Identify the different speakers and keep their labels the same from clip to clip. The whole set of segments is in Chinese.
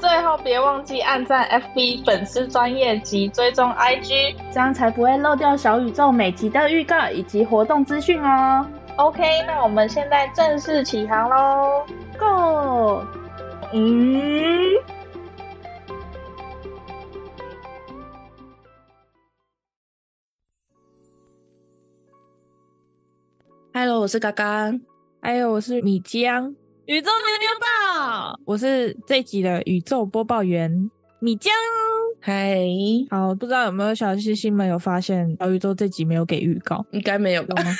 Speaker 1: 最后别忘记按赞 FB 粉丝专业及追踪 IG。
Speaker 2: 这样才不会漏掉小宇宙每集的预告以及活动资讯哦。
Speaker 1: OK，那我们现在正式起航喽
Speaker 2: ，Go！
Speaker 1: 嗯，
Speaker 3: Hello，我是嘎嘎，
Speaker 4: 还哎有我是米江，
Speaker 3: 宇宙牛牛报，
Speaker 4: 我是这一集的宇宙播报员米江。
Speaker 3: 嗨，
Speaker 4: 好，不知道有没有小星星们有发现小宇宙这集没有给预告，
Speaker 3: 应该没有吧
Speaker 4: 有？吗？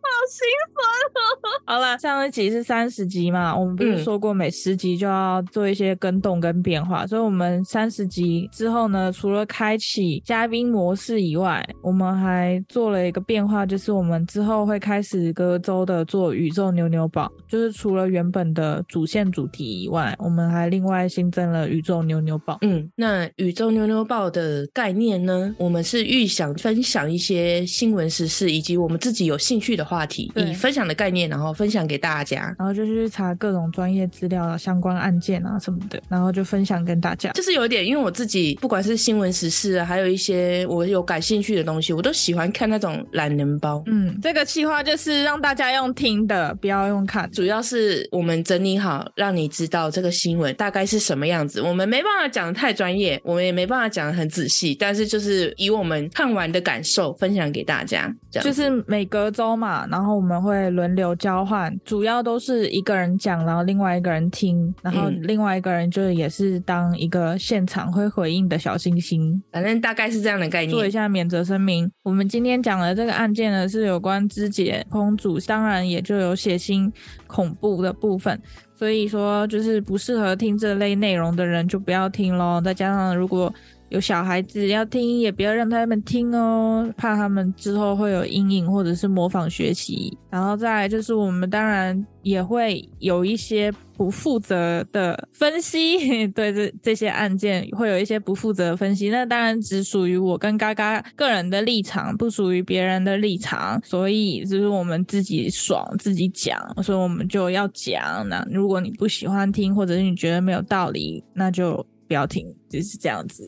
Speaker 3: 好心酸哦。
Speaker 4: 好啦，上一集是三十集嘛，我们不是
Speaker 3: 嗯
Speaker 4: 说过每十集就要做一些跟动跟变化，所以我们三十集之后呢，除了开启嘉宾模式以外，我们还做了一个变化，就是我们之后会开始隔周的做宇宙牛牛堡，就是除了原本的主线主题以外，我们还另外新增了宇宙牛牛堡。
Speaker 3: 嗯，那宇宙牛牛报的概念呢？我们是预想分享一些新闻时事，以及我们自己有兴趣的话题，
Speaker 4: 对
Speaker 3: 以分享的概念，然后分享给大家。
Speaker 4: 然后就去查各种专业资料啊、相关案件啊什么的，然后就分享跟大家。
Speaker 3: 就是有一点，因为我自己不管是新闻时事啊，还有一些我有感兴趣的东西，我都喜欢看那种懒人包。
Speaker 4: 嗯，这个计划就是让大家用听的，不要用看。
Speaker 3: 主要是我们整理好，让你知道这个新闻大概是什么样子。我们没办法讲的太专业，我们也没办法讲的很仔细，但是就是以我们看完的感受分享给大家。这样
Speaker 4: 就
Speaker 3: 子
Speaker 4: 是每隔周嘛，然后我们会轮流交换，主要都是一个人讲，然后另外一个人听，然后
Speaker 3: 嗯
Speaker 4: 另外一个人就是也是当一个现场会回应的小星星。
Speaker 3: 反正大概是这样的概
Speaker 4: 做一
Speaker 3: 念。
Speaker 4: 下免责声明，我们今天讲的这个案件呢，是有关肢解烹煮，当然也就有血腥恐怖的部分。所以说，就是不适合听这类内容的人就不要听咯。再加上如果有小孩子要听，也不要让他们听哦，怕他们之后会有阴影或者是模仿学习。然后再来就是，我们当然也会有一些不负责的分析， 对这这些案件会有一些不负责的分析。那当然只属于我跟嘎嘎个人的立场，不属于别人的立场，所以就是我们自己爽自己讲，所以我们就要讲。那如果你不喜欢听，或者是你觉得没有道理，那就不要听，就是这样子。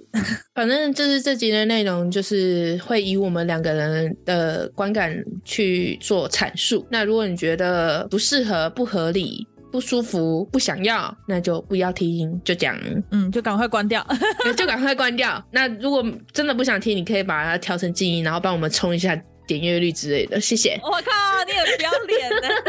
Speaker 3: 反正就是这集的内容，就是会以我们两个人的观感去做阐述。那如果你觉得不适合、不合理、不舒服、不想要，那就不要听，就讲。
Speaker 4: 嗯，就赶快关掉。。
Speaker 3: 就赶快关掉。那如果真的不想听，你可以把它调成静音，然后帮我们冲一下点阅率之类的。谢谢
Speaker 4: 我靠，你很不要脸呢、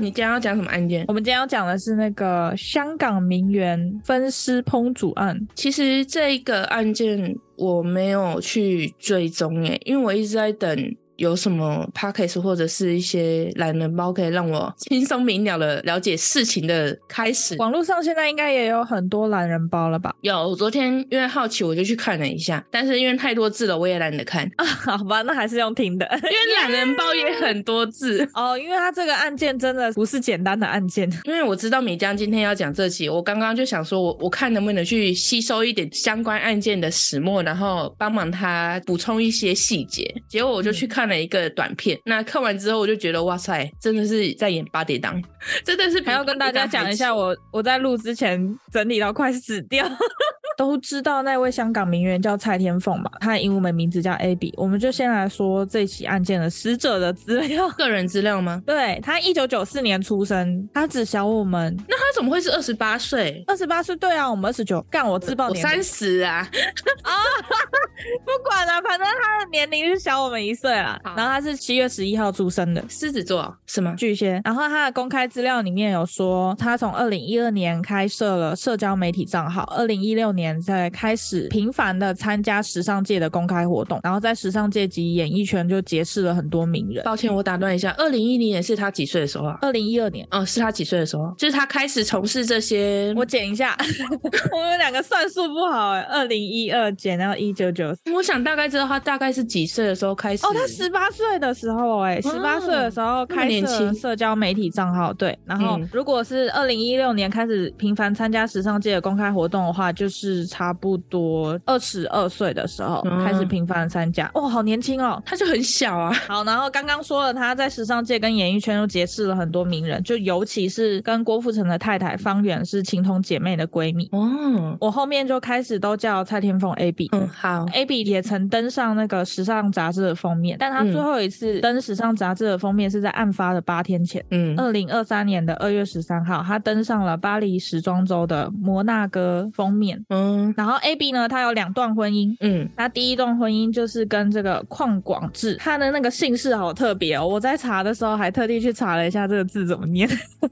Speaker 3: 你今天要讲什么案件？
Speaker 4: 我们今天要讲的是那个香港名媛分尸烹煮案。
Speaker 3: 其实这个案件我没有去追踪诶，因为我一直在等有什么 p o c k e t 或者是一些懒人包可以让我轻松明了的了解事情的开始。
Speaker 4: 网络上现在应该也有很多懒人包了吧？
Speaker 3: 有，我昨天因为好奇我就去看了一下，但是因为太多字了，我也懒得看， 因
Speaker 4: 好吧，那还是用听的。
Speaker 3: 为懒人包也很多字。
Speaker 4: 哦，因为他这个案件真的不是简单的案件，
Speaker 3: 因为我知道米江今天要讲这集，我刚刚就想说我，我看能不能去吸收一点相关案件的始末，然后帮忙他补充一些细节。结果
Speaker 4: 嗯
Speaker 3: 我就去看了一个短片，那看完之后我就觉得，哇塞，真的是在演八点档，真的是比
Speaker 4: 还要跟大家讲一 下，
Speaker 3: 八点档还
Speaker 4: 我我在录之前整理到快死掉。 都知道那位香港名媛叫蔡天凤嘛，她的英文名字叫 Abby。我们就先来说这起案件的死者的资料。
Speaker 3: 个人资料吗？
Speaker 4: 对她，一九九四年出生，她只小我们
Speaker 3: 那他怎么会是二十八岁？
Speaker 4: 二十八岁。对啊，我们二十九，干我自爆
Speaker 3: 我
Speaker 4: 年
Speaker 3: 三
Speaker 4: 龄，
Speaker 3: 十啊，
Speaker 4: 不管了、反正她的年龄是小我们一岁啦。
Speaker 3: 好
Speaker 4: 然后她是七月十一号出生的，
Speaker 3: 狮子座是吗？
Speaker 4: 巨蟹。然后他的公开资料里面有说，他从二零一二年开设了社交媒体账号，二零一六年年才开始频繁的参加时尚界的公开活动，然后在时尚界及演艺圈就结识了很多名人。
Speaker 3: 抱歉，我打断一下，二零一零年是他几岁的时候啊？
Speaker 4: 二零一二年，
Speaker 3: 嗯，是他几岁的时候？就是他开始从事这些。
Speaker 4: 我减一下， 我们两个算数不好哎、欸，二零一二减到一九九
Speaker 3: 我想大概知道他大概是几岁的时候开始。
Speaker 4: 哦，他十八岁的时候、欸，哎，十八岁的时候
Speaker 3: 那么
Speaker 4: 开
Speaker 3: 年
Speaker 4: 设
Speaker 3: 轻
Speaker 4: 社交媒体账号，对。然后
Speaker 3: 嗯，
Speaker 4: 如果是二零一六年开始频繁参加时尚界的公开活动的话，就是差不多二十二岁的时候
Speaker 3: 嗯
Speaker 4: 开始频繁参加。哦，好年轻哦。
Speaker 3: 他就很小啊，
Speaker 4: 好，然后刚刚说了，他在时尚界跟演艺圈都结识了很多名人，就尤其是跟郭富城的太太方圆是情同姐妹的闺蜜。
Speaker 3: 哦，
Speaker 4: 我后面就开始都叫蔡天凤 A B。
Speaker 3: 嗯，好，
Speaker 4: Abby 也曾登上那个时尚杂志的封面，但她
Speaker 3: 嗯
Speaker 4: 最后一次登时尚杂志的封面是在案发的八天前，
Speaker 3: 嗯，
Speaker 4: 二零二三年的二月十三号，她登上了巴黎时装周的摩纳哥封面。
Speaker 3: 嗯，
Speaker 4: 然后 Abby 呢，她有两段婚姻。
Speaker 3: 嗯，
Speaker 4: 她第一段婚姻就是跟这个邝广志，她的那个姓氏好特别哦。我在查的时候还特地去查了一下这个字怎么念，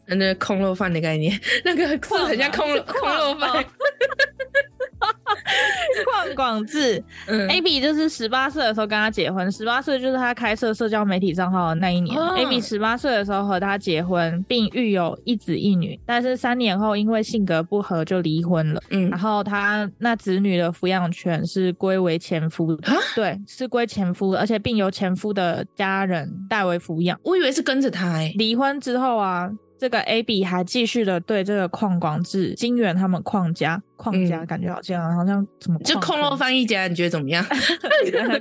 Speaker 3: 那个空肉饭的概念， 那个是 很像空肉空肉
Speaker 4: 邝
Speaker 3: 饭
Speaker 4: 哦。 邝广志。
Speaker 3: 嗯
Speaker 4: Abby 就是十八岁的时候跟他结婚，十八岁就是他开设社交媒体账号的那一年。
Speaker 3: 哦
Speaker 4: Abby 十八岁的时候和他结婚，并育有一子一女，但是三年后因为性格不合就离婚了。
Speaker 3: 嗯
Speaker 4: 然后他那子女的抚养权是归为前夫的
Speaker 3: 啊，
Speaker 4: 对，是归前夫的，而且并由前夫的家人代为抚养。
Speaker 3: 我以为是跟着他哎、
Speaker 4: 离婚之后啊，这个 A B 还继续的对这个邝广志、金源他们邝家、邝家，
Speaker 3: 嗯
Speaker 4: 感觉好像好像怎么
Speaker 3: 就
Speaker 4: 邝
Speaker 3: 空
Speaker 4: 家
Speaker 3: 肉饭一家，你觉得怎么 样？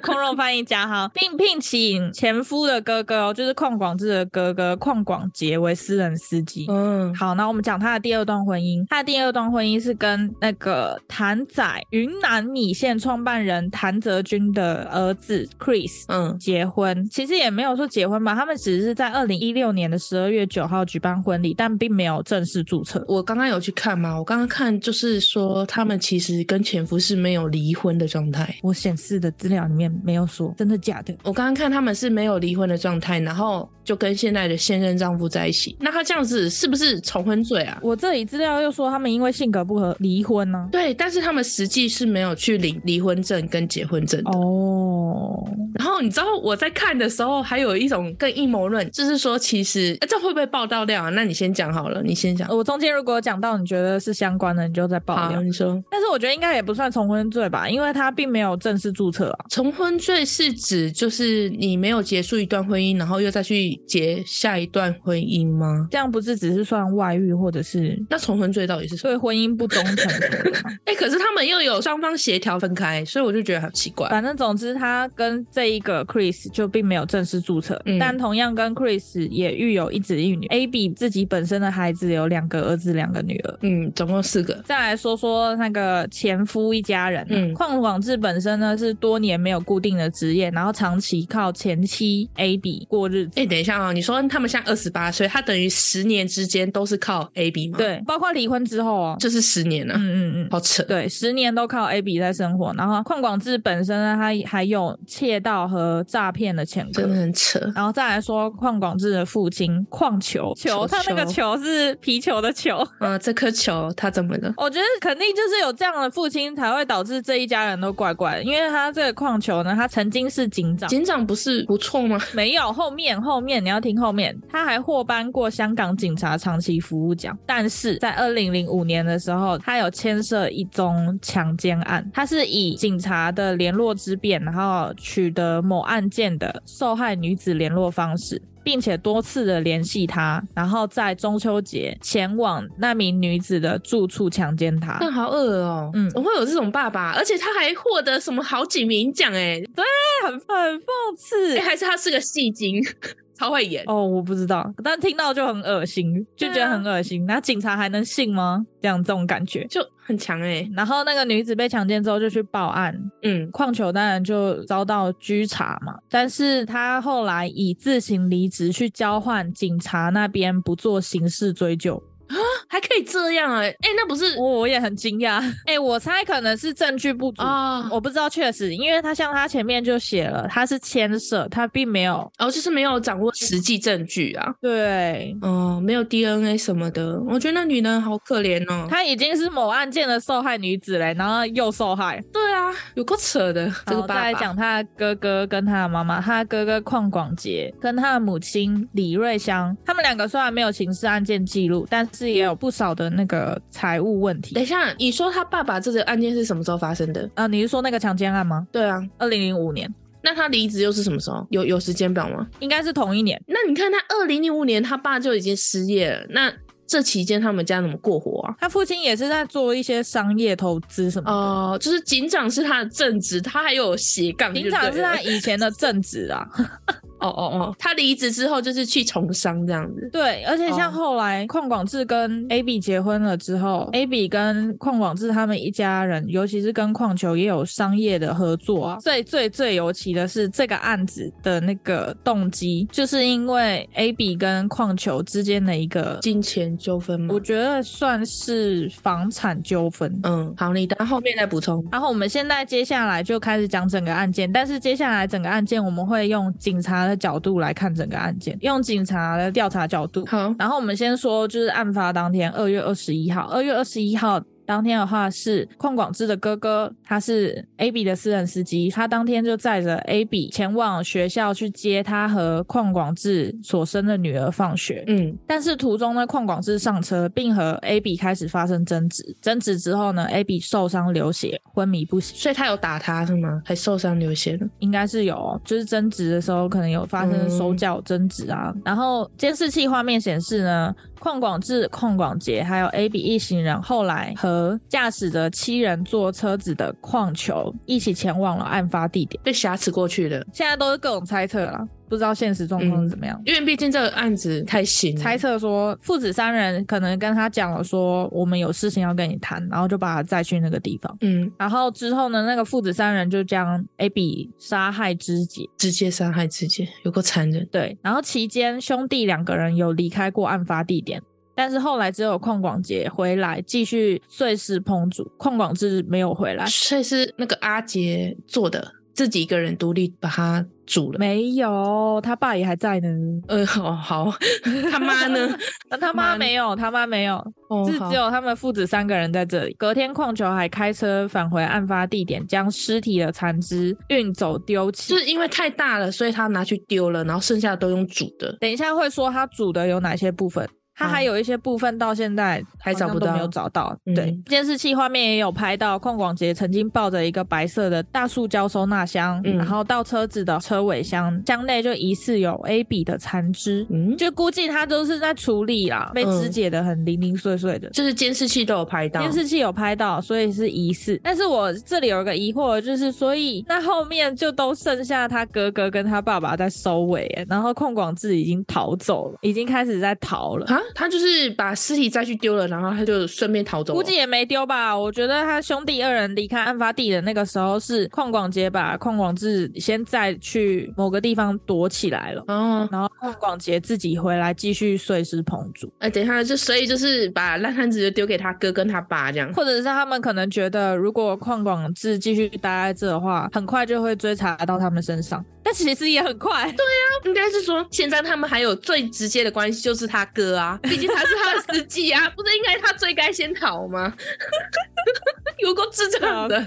Speaker 4: 空肉翻译家哈，并聘请前夫的哥哥哦，就是邝广志的哥哥邝广杰为私人司机。
Speaker 3: 嗯，
Speaker 4: 好，那我们讲他的第二段婚姻。他的第二段婚姻是跟那个谭仔，云南米线创办人谭泽军的儿子 Chris
Speaker 3: 嗯
Speaker 4: 结婚。其实也没有说结婚吧，他们只是在二零一六年的十二月九号举办婚礼，但并没有正式注册。
Speaker 3: 我刚刚有去看嘛，我刚刚看就是说他们其实跟前夫是没有离婚的状态。
Speaker 4: 我显示的资料里面没有说，真的假的？
Speaker 3: 我刚刚看他们是没有离婚的状态，然后就跟现在的现任丈夫在一起。那他这样子是不是重婚罪啊？
Speaker 4: 我这里资料又说他们因为性格不合离婚呢、
Speaker 3: 对，但是他们实际是没有去领离婚证跟结婚证的。
Speaker 4: 哦，
Speaker 3: 然后你知道我在看的时候，还有一种更阴谋论，就是说其实、哎诶这会不会爆到料啊？那你先讲好了，你先讲。
Speaker 4: 呃我中间如果有讲到你觉得是相关的，你就再爆
Speaker 3: 好，
Speaker 4: 料。
Speaker 3: 你说
Speaker 4: 但是我觉得应该也不算重婚罪吧，因为他并没有正式注册啊。
Speaker 3: 重婚罪是指就是你没有结束一段婚姻，然后又再去结下一段婚姻吗？
Speaker 4: 这样不是只是算外遇或者是
Speaker 3: 那重婚罪到底是什么？
Speaker 4: 对婚姻不忠诚什么的吗？
Speaker 3: 哎、可是他们又有双方协调分开，所以我就觉得很奇怪。
Speaker 4: 反正总之，他跟这一个 Chris 就并没有正式注册，
Speaker 3: 嗯
Speaker 4: 但同样跟 Chris 也育有一子一女。Abby 自己本身的孩子有两个儿子，两个女儿。
Speaker 3: 嗯，总共四个。
Speaker 4: 再来说说那个前夫一家人、嗯，
Speaker 3: 嗯
Speaker 4: 邝广志本身呢是多年没有固定的职业，然后长期靠前妻 A B 过日子。
Speaker 3: 哎、等一下啊、你说他们现在二十八岁，他等于十年之间都是靠 A B 吗？，
Speaker 4: 对，包括离婚之后哦，
Speaker 3: 就是十年啊，
Speaker 4: 嗯嗯嗯，
Speaker 3: 好扯。
Speaker 4: 对，十年都靠 A B 在生活。然后邝广志本身呢，他还有窃盗和诈骗的前科
Speaker 3: 真。的很扯。
Speaker 4: 然后再来说邝广志的父亲邝球球，
Speaker 3: 球
Speaker 4: 他那个球是皮球的球。
Speaker 3: 啊，这颗球他怎么了？
Speaker 4: 我觉得肯定就是有这样的父亲，才会导致这一家人都怪怪的。因为他这个邝球呢，他曾经是警长，
Speaker 3: 警长不是不错吗？
Speaker 4: 没有，后面后面你要听后面，他还获颁过香港警察长期服务奖。但是在二零零五年的时候，他有牵涉一宗强奸案，他是以警察的联络之便，然后取得某案件的受害女子联络方式。并且多次的联系她，然后在中秋节前往那名女子的住处强奸 她。
Speaker 3: 但好恶哦、
Speaker 4: 嗯
Speaker 3: 怎么会有这种爸爸？而且他还获得什么好几名奖哎、
Speaker 4: 很很讽刺
Speaker 3: 哎、还是他是个戏精， 超会演。
Speaker 4: 哦，我不知道，但听到就很恶心，就觉得很恶心。那警察还能信吗？这样这种感觉。
Speaker 3: 就很强哎、
Speaker 4: 然后那个女子被强奸之后就去报案，
Speaker 3: 嗯，
Speaker 4: 矿球当然就遭到拘查嘛。但是她后来以自行离职去交换警察那边不做刑事追究。
Speaker 3: 还可以这样啊、哎、那不是
Speaker 4: 我我也很惊讶。哎、我猜可能是证据不足，
Speaker 3: 啊？
Speaker 4: 我不知道确实，因为他像他前面就写了，他是牵涉，他并没有
Speaker 3: 哦，就是没有掌握实际证据啊，
Speaker 4: 对。
Speaker 3: 哦，没有 DNA 什么的，我觉得那女人好可怜哦。
Speaker 4: 她已经是某案件的受害女子嘞，然后又受害。
Speaker 3: 对啊，有够扯的，这
Speaker 4: 好
Speaker 3: 个
Speaker 4: 再
Speaker 3: 爸
Speaker 4: 来
Speaker 3: 爸。
Speaker 4: 讲她的哥哥跟她的妈妈，她的哥哥邝广杰跟她的母亲李瑞香，他们两个虽然没有刑事案件记录，但是也有不少的那个财务问题
Speaker 3: 等一。下，你说他爸爸这个案件是什么时候发生的？
Speaker 4: 啊，你是说那个强奸案吗？
Speaker 3: 对啊，
Speaker 4: 二零零五年，
Speaker 3: 那他离职又是什么时候？有有时间表吗？
Speaker 4: 应该是同一年。
Speaker 3: 那你看他二零零五年他爸就已经失业了，那这期间他们家怎么过活啊？
Speaker 4: 他父亲也是在做一些商业投资什么的。
Speaker 3: 哦、就是警长是他的正职，他还有斜杠就
Speaker 4: 警
Speaker 3: 对了。
Speaker 4: 长是他以前的正职啊，
Speaker 3: 哦哦哦，他离职之后就是去从商这样子。
Speaker 4: 对，而且像
Speaker 3: 哦
Speaker 4: 后来邝广志跟 AB 结婚了之后，AB 跟邝广志他们一家人，尤其是跟邝球也有商业的合作啊。最最最尤其的是这个案子的那个动机，就是因为 AB 跟邝球之间的一个，
Speaker 3: 金钱纠纷吗
Speaker 4: 我？觉得算是房产纠纷。
Speaker 3: 嗯，好，你等后面再补充。
Speaker 4: 然后我们现在接下来就开始讲整个案件，但是接下来整个案件我们会用警察的角度来看整个案件，用警察的调查角度。
Speaker 3: 好，
Speaker 4: 然后我们先说，就是案发当天，二月二十一号，二月二十一号。当天的话是邝广志的哥哥，他是 AB 的私人司机，他当天就载着 AB 前往学校去接他和邝广志所生的女儿放学。
Speaker 3: 嗯，
Speaker 4: 但是途中呢，邝广志上车，并和 A B 开始发生争执。争执之后呢，A B 受伤流血，昏迷不醒，
Speaker 3: 所以他有打他是吗？还受伤流血了？
Speaker 4: 应该是有哦、就是争执的时候可能有发生手脚争执啊。然后监视器画面显示呢，邝广志、邝广杰还有 A B 一行人后来和驾驶着七人坐车子的邝球一起前往了案发地点。
Speaker 3: 被挟持过去的，
Speaker 4: 现在都是各种猜测啦，不知道现实状况是怎么样。
Speaker 3: 因为毕竟这个案子太新了，
Speaker 4: 猜测说父子三人可能跟他讲了说我们有事情要跟你谈，然后就把他载去那个地方。
Speaker 3: 嗯，
Speaker 4: 然后之后呢，那个父子三人就将 Abby 杀害肢解。
Speaker 3: 直接伤害直接，有够残忍。
Speaker 4: 对，然后期间兄弟两个人有离开过案发地点，但是后来只有邝广杰回来继续碎尸烹煮，邝广志没有回来。
Speaker 3: 啊所以是那个阿杰做的，自己一个人独立把它煮了。
Speaker 4: 没有，他爸也还在呢。
Speaker 3: 呃，好好， 他妈呢？
Speaker 4: 那他
Speaker 3: 妈
Speaker 4: 妈
Speaker 3: 呢
Speaker 4: 没有，他妈没有，
Speaker 3: 哦
Speaker 4: 是
Speaker 3: 好
Speaker 4: 只有他们父子三个人在这里。隔天，矿球还开车返回案发地点，将尸体的残肢运走丢弃。
Speaker 3: 就是因为太大了，所以他拿去丢了，然后剩下的都用煮的，
Speaker 4: 等一下会说他煮的有哪些部分，他
Speaker 3: 好
Speaker 4: 还有一些部分到现在
Speaker 3: 还找不
Speaker 4: 嗯好像都
Speaker 3: 到
Speaker 4: 没有找到。
Speaker 3: 嗯
Speaker 4: 对，监视器画面也有拍到，邝广杰曾经抱着一个白色的大塑胶收纳箱，
Speaker 3: 嗯
Speaker 4: 然后到车子的车尾箱，箱内就疑似有 A B 的残肢。
Speaker 3: 嗯，就
Speaker 4: 就估计他都是在处理啦，被
Speaker 3: 嗯
Speaker 4: 肢解的很零零碎碎的。
Speaker 3: 就是监视器都有拍到，
Speaker 4: 监视器有拍到，所以是疑似。但是我这里有一个疑惑，就是所以那后面就都剩下他哥哥跟他爸爸在收尾耶，然后邝广志已经逃走了，已经开始在逃了。
Speaker 3: 啊，他就是把尸体再去丢了，然后他就顺便逃走了，
Speaker 4: 估计也没丢吧，我觉得他兄弟二人离开案发地的那个时候是邝广杰把邝广志先载去某个地方躲起来了，
Speaker 3: 哦，
Speaker 4: 然后邝广杰自己回来继续碎尸烹煮。
Speaker 3: 哎、等一下，就所以就是把烂摊子就丢给他哥跟他爸这样，
Speaker 4: 或者是他们可能觉得，如果邝广志继续待在这的话，很快就会追查到他们身上，但其实也很快。对，
Speaker 3: 应该是说现在他们还有最直接的关系就是他 哥啊，毕竟他是他的司机啊，不是应该他最该先逃吗？ 有够智障的，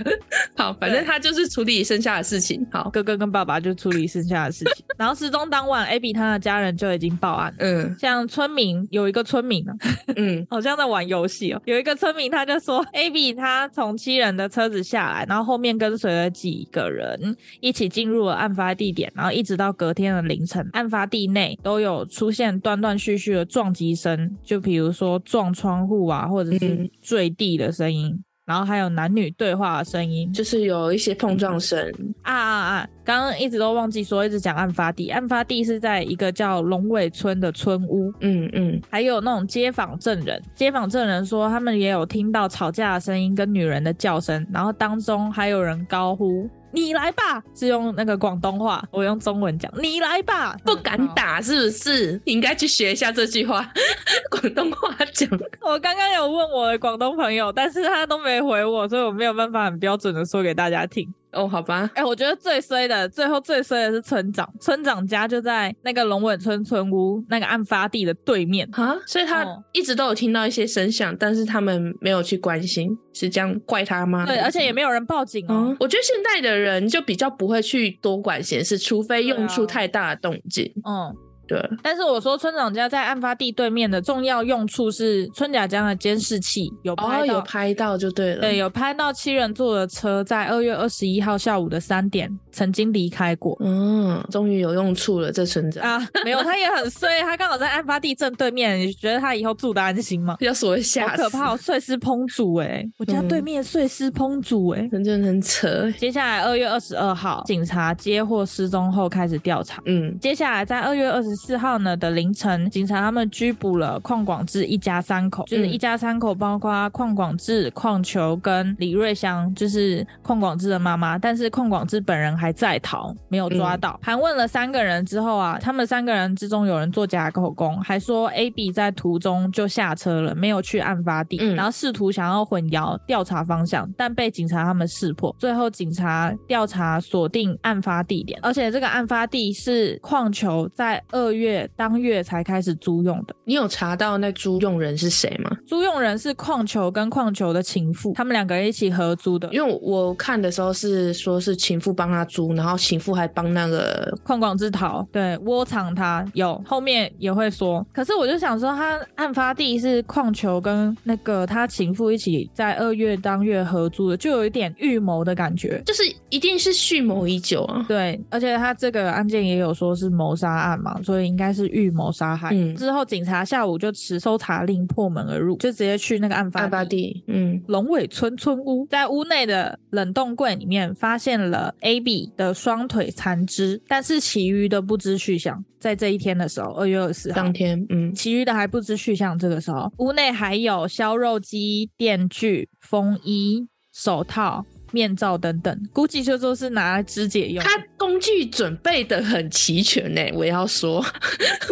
Speaker 3: 好，反正他就是处理剩下的事情，好，
Speaker 4: 哥哥跟爸爸就处理剩下的事情，然后失踪当晚，Abby 他的家人就已经报案了。
Speaker 3: 嗯
Speaker 4: 像村民有一个村民啊，
Speaker 3: 嗯，
Speaker 4: 好像在玩游戏哦。有一个村民他就说，Abby 他从七人的车子下来，然后后面跟随了几个人一起进入了案发地点，然后一直到隔天的凌晨，案发地内都有出现断断续续的撞击声，就比如说撞窗户啊，或者是
Speaker 3: 嗯
Speaker 4: 坠地的声音。然后还有男女对话的声音，就
Speaker 3: 就是有一些碰撞声，
Speaker 4: 啊啊啊！刚刚一直都忘记说，一直讲案发地。案发地是在一个叫龙尾村的村屋，
Speaker 3: 嗯嗯，
Speaker 4: 还有那种街访证人，街访证人说他们也有听到吵架的声音跟女人的叫声，然后当中还有人高呼你来吧，是用那个广东话，我用中文讲，你来吧， 嗯
Speaker 3: 不敢
Speaker 4: 打。
Speaker 3: 打是不是？你应该去学一下这句话， 广东话讲。
Speaker 4: 我刚刚有问我的广东朋友，但是他都没回我，所以我没有办法很标准的说给大家听。
Speaker 3: 哦，好吧，
Speaker 4: 哎、我觉得最衰的，最后最衰的是村长，村长家就在那个龙尾村村屋那个案发地的对面。
Speaker 3: 啊，所以他
Speaker 4: 哦
Speaker 3: 一直都有听到一些声响，但是他们没有去关心，是这样怪他吗？
Speaker 4: 对，而且也没有人报警哦
Speaker 3: 嗯。，我觉得现在的人就比较不会去多管闲事，除非用出
Speaker 4: 对啊
Speaker 3: 太大的动静。
Speaker 4: 嗯，
Speaker 3: 对，
Speaker 4: 但是我说村长家在案发地对面的重要用处是村甲家的监视器有
Speaker 3: 哦，
Speaker 4: 拍到，
Speaker 3: 有拍到就对了。
Speaker 4: 对，有拍到七人座的车在二月二十一号下午的三点曾经离开过。
Speaker 3: 嗯，终于有用处了，这村长。
Speaker 4: 啊， 没有，他也很衰，他刚好在案发地正对面，你觉得他以后住的安心吗？
Speaker 3: 要所谓
Speaker 4: 好
Speaker 3: 吓死，
Speaker 4: 可怕、哦，碎尸烹煮哎、我家对面碎尸烹煮哎、
Speaker 3: 人真的很扯。
Speaker 4: 接下来二月二十二号，警察接获失踪后开始调查。
Speaker 3: 嗯，
Speaker 4: 接下来在二月二十四号呢的凌晨，警察他们拘捕了邝广志一家三口，就是
Speaker 3: 嗯
Speaker 4: 一家三口包括邝广志、邝球跟李瑞香，就是邝广志的妈妈。但是邝广志本人还在逃，没有抓到。盘问了三个人之后啊，他们三个人之中有人作假口供，还说 A、B 在途中就下车了，没有去案发地，
Speaker 3: 嗯
Speaker 4: 然后试图想要混淆调查方向，但被警察他们识破。最后警察调查锁定案发地点，而且这个案发地是矿球在二月当月才开始租用的，
Speaker 3: 你有查到那租用人是谁吗？
Speaker 4: 租用人是矿球跟矿球的情妇，他们两个人一起合租的。
Speaker 3: 因为我看的时候是说是情妇帮他租，然后情妇还帮那个
Speaker 4: 矿广之逃，对窝藏他有，后面也会说。可是我就想说，他案发地是矿球跟那个他情妇一起在二月当月合租的，就有一点预谋的感觉。
Speaker 3: 就是一定是蓄谋已久啊。
Speaker 4: 对，而且他这个案件也有说是谋杀案嘛，所以应该是预谋杀害。
Speaker 3: 嗯
Speaker 4: 之后警察下午就持搜查令破门而入，就直接去那个案发
Speaker 3: 案发地，嗯，
Speaker 4: 龙尾村村屋，在屋内的冷冻柜里面发现了 A B 的双腿残肢，但是其余的不知去向。在这一天的时候，二月二十号
Speaker 3: 当，天，嗯，
Speaker 4: 其余的还不知去向。这个时候，屋内还有削肉机、电锯、风衣、手套、面罩等等，估计就说是拿来肢解用的。
Speaker 3: 他工具准备的很齐全呢、我要说，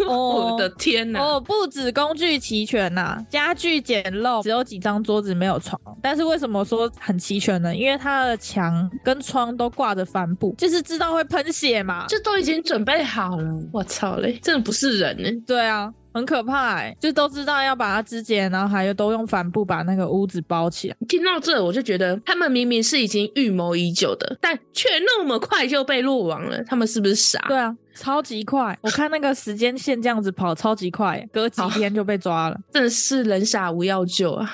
Speaker 4: 哦
Speaker 3: 我的天哪、
Speaker 4: 哦，不止工具齐全呐、家具简陋，只有几张桌子没有床。但是为什么说很齐全呢？因为它的墙跟窗都挂着帆布，就是知道会喷血嘛。
Speaker 3: 这都已经准备好了，我操嘞，真的不是人欸呢、
Speaker 4: 对啊，很可怕哎、就都知道要把它肢解，然后还有都用帆布把那个屋子包起来。
Speaker 3: 听到这，我就觉得他们明明是已经预谋已久的，但却那么快就被落网了，他们是不是傻？
Speaker 4: 对啊，超级快！我看那个时间线这样子跑，超级快欸、隔几
Speaker 3: 好
Speaker 4: 天就被抓了。
Speaker 3: 真的是人傻无药救 啊！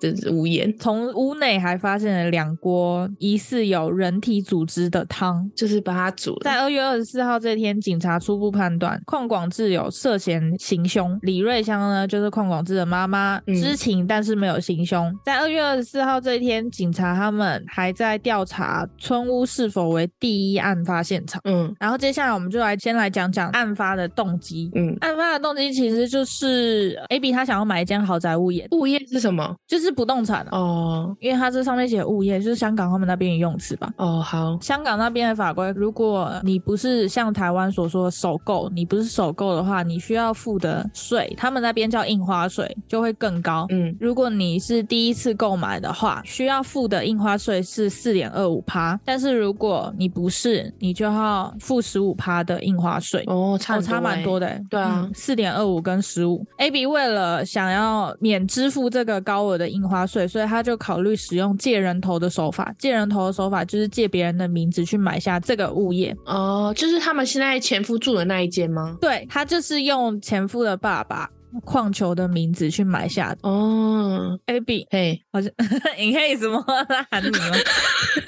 Speaker 3: 真是无言，
Speaker 4: 从屋内还发现了两锅疑似有人体组织的汤，
Speaker 3: 就是把他煮了。
Speaker 4: 在二月二十四号这天，警察初步判断邝广志有涉嫌行凶，李瑞香呢就是邝广志的妈妈，
Speaker 3: 嗯
Speaker 4: 知情但是没有行凶。在二月二十四号这一天，警察他们还在调查村屋是否为第一案发现场。
Speaker 3: 嗯
Speaker 4: 然后接下来我们就来先来讲讲案发的动机。
Speaker 3: 嗯，
Speaker 4: 案发的动机其实就是 A B 他想要买一间豪宅物业，
Speaker 3: 物业是什么？
Speaker 4: 就是不动产哦，
Speaker 3: 哦
Speaker 4: 因为他这上面写物业，就是香港他们那边的用词吧。
Speaker 3: 哦，好，
Speaker 4: 香港那边的法规，如果你不是像台湾所说的首购，你不是首购的话，你需要付的税，他们那边叫印花税，就会更高。
Speaker 3: 嗯
Speaker 4: 如果你是第一次购买的话，需要付的印花税是四点二五趴，但是如果你不是，你就要付十五趴的印花税。
Speaker 3: 哦，差
Speaker 4: 哦
Speaker 3: 很
Speaker 4: 差蛮
Speaker 3: 欸
Speaker 4: 多的欸、
Speaker 3: 对啊
Speaker 4: 四点二五跟十五。AB 为了想要免支付这个高额的印花税，所以他就考虑使用借人头的手法。借人头的手法就是借别人的名字去买下这个物业。
Speaker 3: 哦，就是他们现在前夫住的那一间吗？
Speaker 4: 对他就是用前夫的爸爸矿球的名字去买下的。
Speaker 3: 哦，
Speaker 4: AB
Speaker 3: 嘿，
Speaker 4: 好像 你可以什么 在喊你吗？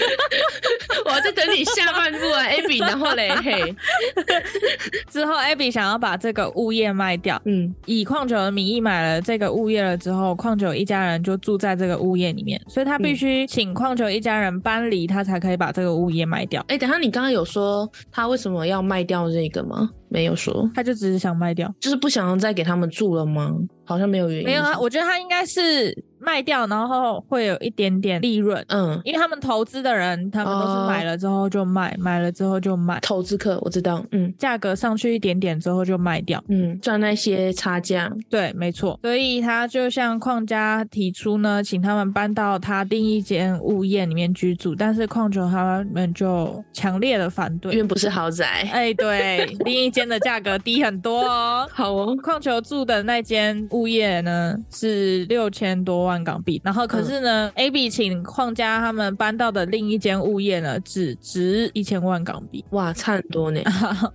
Speaker 3: 我在等你下半部啊，Abby，然后嘞，嘿，
Speaker 4: 之后 AB 想要把这个物业卖掉，
Speaker 3: 嗯
Speaker 4: 以矿九的名义买了这个物业了之后，矿九一家人就住在这个物业里面，所以他必须请矿九一家人搬离，他才可以把这个物业卖掉。
Speaker 3: 哎、等一下，你刚刚有说他为什么要卖掉这个吗？没有说，
Speaker 4: 他就只是想卖掉，
Speaker 3: 就是不想再给他们住了吗？好像没有原因。啊
Speaker 4: 嗯没有啊，我觉得他应该是卖掉，然后会有一点点利润。
Speaker 3: 嗯，
Speaker 4: 因为他们投资的人，他们都
Speaker 3: 哦
Speaker 4: 是买了之后就卖，买了之后就卖，
Speaker 3: 投资客我知道，嗯
Speaker 4: 价格上去一点点之后就卖掉。
Speaker 3: 嗯，赚那些差价，
Speaker 4: 对，没错。所以他就向矿家提出呢，请他们搬到他另一间物业里面居住，但是矿主他们就强烈的反
Speaker 3: 因为
Speaker 4: 对。
Speaker 3: 不是豪宅。
Speaker 4: 哎，对，另一间的价格低很多哦。
Speaker 3: 好哦，
Speaker 4: 矿球住的那间物业呢是六千多万港币，然
Speaker 3: 嗯
Speaker 4: 后可是呢、a b 请矿家他们搬到的另一间物业呢，只值一千万港币。
Speaker 3: 哇，差很多 呢。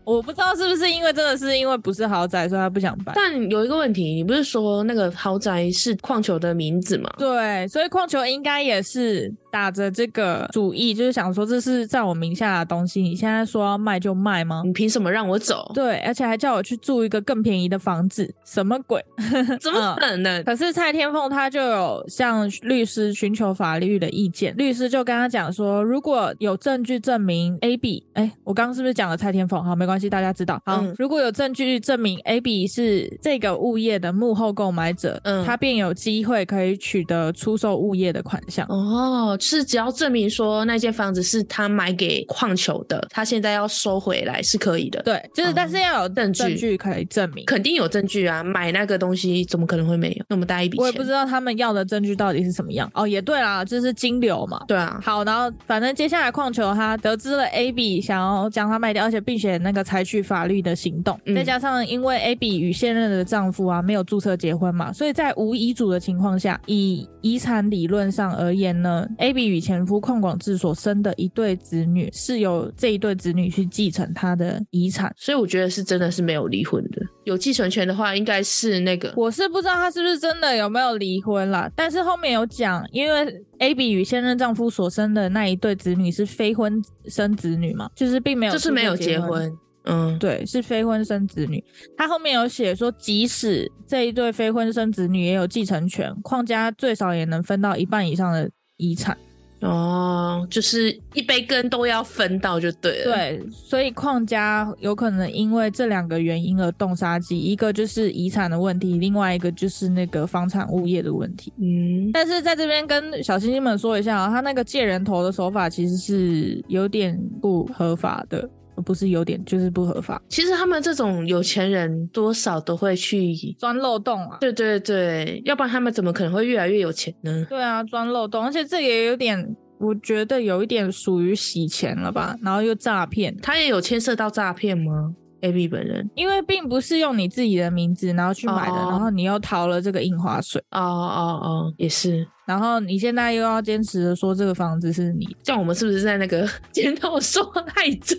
Speaker 4: 我不知道是不是因为真的是因为不是豪宅，所以他不想搬。
Speaker 3: 但有一个问题，你不是说那个豪宅是矿球的名字吗？
Speaker 4: 对，所以矿球应该也是打着这个主意，就是想说这是在我名下的东西，你现在说要卖就卖吗？
Speaker 3: 你凭什么让我走？
Speaker 4: 对，而且还叫我去住一个更便宜的房子，什么 鬼？
Speaker 3: 怎么可能？
Speaker 4: 可是蔡天凤她就有向律师寻求法律的意见，律师就跟他讲说，如果有证据证明 A B，哎、我刚刚是不是讲了蔡天凤？好，没关系，大家知道。好，
Speaker 3: 嗯
Speaker 4: 如果有证据证明 A B 是这个物业的幕后购买者，
Speaker 3: 嗯
Speaker 4: 他便有机会可以取得出售物业的款项。
Speaker 3: 哦，是只要证明说那间房子是他买给矿球的，他现在要收回来是可以的。，
Speaker 4: 对，就是
Speaker 3: 嗯
Speaker 4: 但是要有
Speaker 3: 证据
Speaker 4: 证据可以证明。
Speaker 3: 肯定有证据啊！买那个东西怎么可能会没有那么大一笔钱？
Speaker 4: 我也不知道他们要的证据到底是什么样。哦，也对啦，就是金流嘛。
Speaker 3: 对啊，
Speaker 4: 好，然后反正接下来矿球他得知了 A B 想要将它卖掉，而且并且那个采取法律的行动，
Speaker 3: 嗯
Speaker 4: 再加上因为 A B 与现任的丈夫啊没有注册结婚嘛，所以在无遗嘱的情况下，以遗产理论上而言呢，A B 与前夫邝广志所生的一对子女是由这一对子女去继承他的遗产。
Speaker 3: 所以我觉得是真的是没有离婚的。有继承权的话，应该是那个
Speaker 4: 我是不知道他是不是真的有没有离婚啦，但是后面有讲，因为 A B 与现任丈夫所生的那一对子女是非婚生子女嘛，就是并没有
Speaker 3: 就是没有结
Speaker 4: 婚，
Speaker 3: 婚。嗯，
Speaker 4: 对，是非婚生子女。他后面有写说，即使这一对非婚生子女也有继承权，邝家最少也能分到一半以上的遗产。
Speaker 3: 哦，就是一杯羹都要分到就对了。，
Speaker 4: 对，所以邝家有可能因为这两个原因而动杀机，一个就是遗产的问题，另外一个就是那个房产物业的问题。
Speaker 3: 嗯，
Speaker 4: 但是在这边跟小星星们说一下啊，他那个借人头的手法其实是有点不合法的，呃不是有点就是不合法，
Speaker 3: 其实他们这种有钱人多少都会去，
Speaker 4: 钻漏洞啊。
Speaker 3: 对对对，要不然他们怎么可能会越来越有钱呢？
Speaker 4: 对啊，钻漏洞，而且这也有点，我觉得有一点属于洗钱了吧，然后又诈骗，
Speaker 3: 他也有牵涉到诈骗吗？A B 本人
Speaker 4: 因为并不是用你自己的名字然后去买的，
Speaker 3: 哦
Speaker 4: 然后你又逃了这个印花税，
Speaker 3: 哦哦哦，也是。
Speaker 4: 然后你现在又要坚持的说这个房子是你的。
Speaker 3: 这样我们是不是在那个检讨受害者？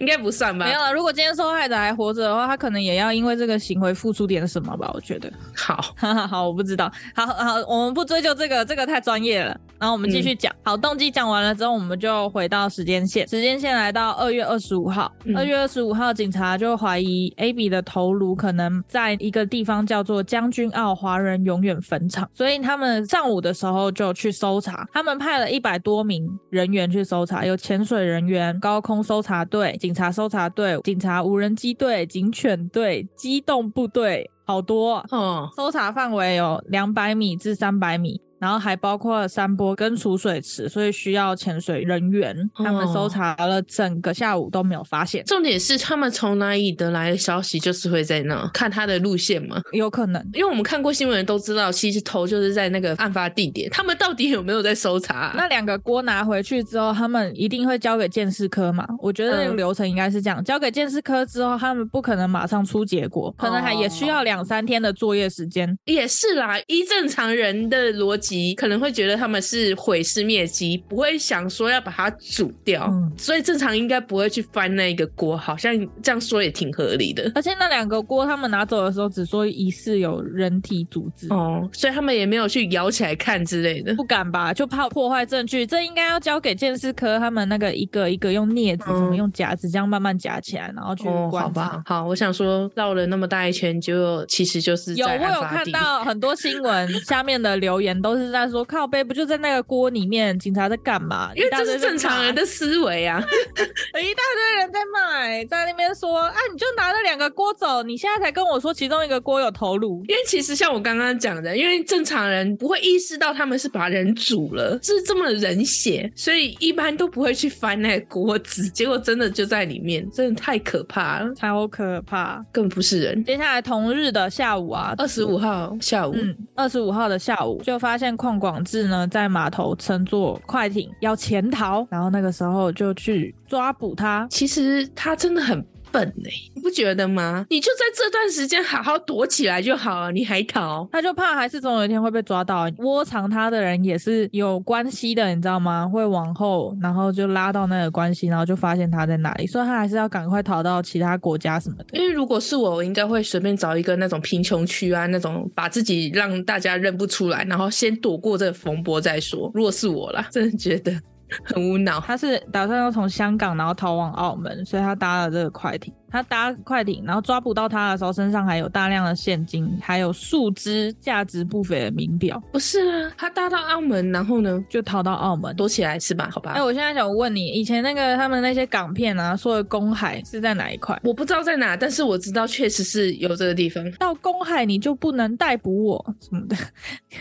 Speaker 3: 应该不算吧？
Speaker 4: 没有了，如果今天受害者还活着的话，他可能也要因为这个行为付出点什么吧，我觉得。
Speaker 3: 好，
Speaker 4: 哈哈， 好，我不知道。好好，我们不追究这个，这个太专业了。然后我们继续讲。好，动机讲完了之后，我们就回到时间线。时间线来到二月二十五号。
Speaker 3: 嗯
Speaker 4: 二、月二十五号，警察就怀疑 A B 的头颅可能在一个地方叫做将军澳华人永远坟场，所以他们上午的时候就去搜查。他们派了一百多名人员去搜查，有潜水人员、高空搜查队、警察搜查队、警察无人机队、警犬队、机动部队，好多哦
Speaker 3: 哦，
Speaker 4: 搜查范围有两百米至三百米，然后还包括山坡跟储水池，所以需要潜水人员。
Speaker 3: 哦
Speaker 4: 他们搜查了整个下午都没有发现，
Speaker 3: 重点是他们从哪里得来的消息，就是会在那看他的路线嘛。
Speaker 4: 有可能
Speaker 3: 因为我们看过新闻都知道，其实头就是在那个案发地点，他们到底有没有在搜查啊、
Speaker 4: 那两个锅拿回去之后，他们一定会交给鉴识科嘛？我觉得那个
Speaker 3: 嗯
Speaker 4: 流程应该是这样：交给鉴识科之后，他们不可能马上出结果，可能还也
Speaker 3: 哦
Speaker 4: 需要两三天的作业时间。
Speaker 3: 也是啦，依正常人的逻辑，可能会觉得他们是毁尸灭迹，不会想说要把它煮掉，
Speaker 4: 嗯
Speaker 3: 所以正常应该不会去翻那个锅，好像这样说也挺合理的。
Speaker 4: 而且那两个锅他们拿走的时候，只说疑似有人体组织。
Speaker 3: 哦，所以他们也没有去摇起来看之类的
Speaker 4: 不。敢吧，就怕破坏证据。这应该要交给鉴识科他们那个一个一个用镊子、
Speaker 3: 嗯
Speaker 4: 什么用夹子这样慢慢夹起来，然后去
Speaker 3: 哦，好
Speaker 4: 观察。
Speaker 3: 吧，好，我想说绕了那么大一圈，就其实就是
Speaker 4: 有，
Speaker 3: 在
Speaker 4: 我
Speaker 3: 案
Speaker 4: 有
Speaker 3: 发
Speaker 4: 看
Speaker 3: 地
Speaker 4: 到很多新闻下面的留言都是是在说靠背不就在那个锅里面，警察在干嘛？
Speaker 3: 因为
Speaker 4: 一大
Speaker 3: 这
Speaker 4: 堆
Speaker 3: 是
Speaker 4: 在
Speaker 3: 正常
Speaker 4: 骂
Speaker 3: 人的思维 啊。
Speaker 4: 一大堆人在卖，在那边说啊，你就拿那两个锅走，你现在才跟我说其中一个锅有头颅，
Speaker 3: 因为其实像我刚刚讲的，因为正常人不会意识到他们是把人煮了，是这么冷血，所以一般都不会去翻那个锅子，结果真的就在里面，真的太可怕了，
Speaker 4: 超可怕。
Speaker 3: 根本不是人。
Speaker 4: 接下来同日的下午啊，
Speaker 3: 二十五号下午，
Speaker 4: 嗯，二十五号的下午就发现邝广志呢在码头乘坐快艇要潜逃，然后那个时候就去抓捕他。
Speaker 3: 其实他真的很笨哎、你不觉得吗？你就在这段时间好好躲起来就好了，你还逃？
Speaker 4: 他就怕还是总有一天会被抓到，窝藏他的人也是有关系的，你知道吗？会往后，然后就拉到那个关系，然后就发现他在哪里，所以他还是要赶快逃到其他国家什么的
Speaker 3: 因。为如果是我，我应该会随便找一个那种贫穷区啊，那种把自己让大家认不出来，然后先躲过这个风波再说。如果是我啦，真的觉得 很无脑。
Speaker 4: 他是打算要从香港，然后逃往澳门，所以他搭了这个快艇。他搭快艇，然后抓捕到他的时候，身上还有大量的现金，还有数只价值不菲的名表，
Speaker 3: 不是啊，他搭到澳门，然后呢
Speaker 4: 就逃到澳门。
Speaker 3: 躲起来是吧？好吧，
Speaker 4: 哎、我现在想问你，以前那个他们那些港片啊，说的公海是在哪一块？
Speaker 3: 我不知道在哪，但是我知道确实是有这个地方。
Speaker 4: 到公海你就不能逮捕我什么的，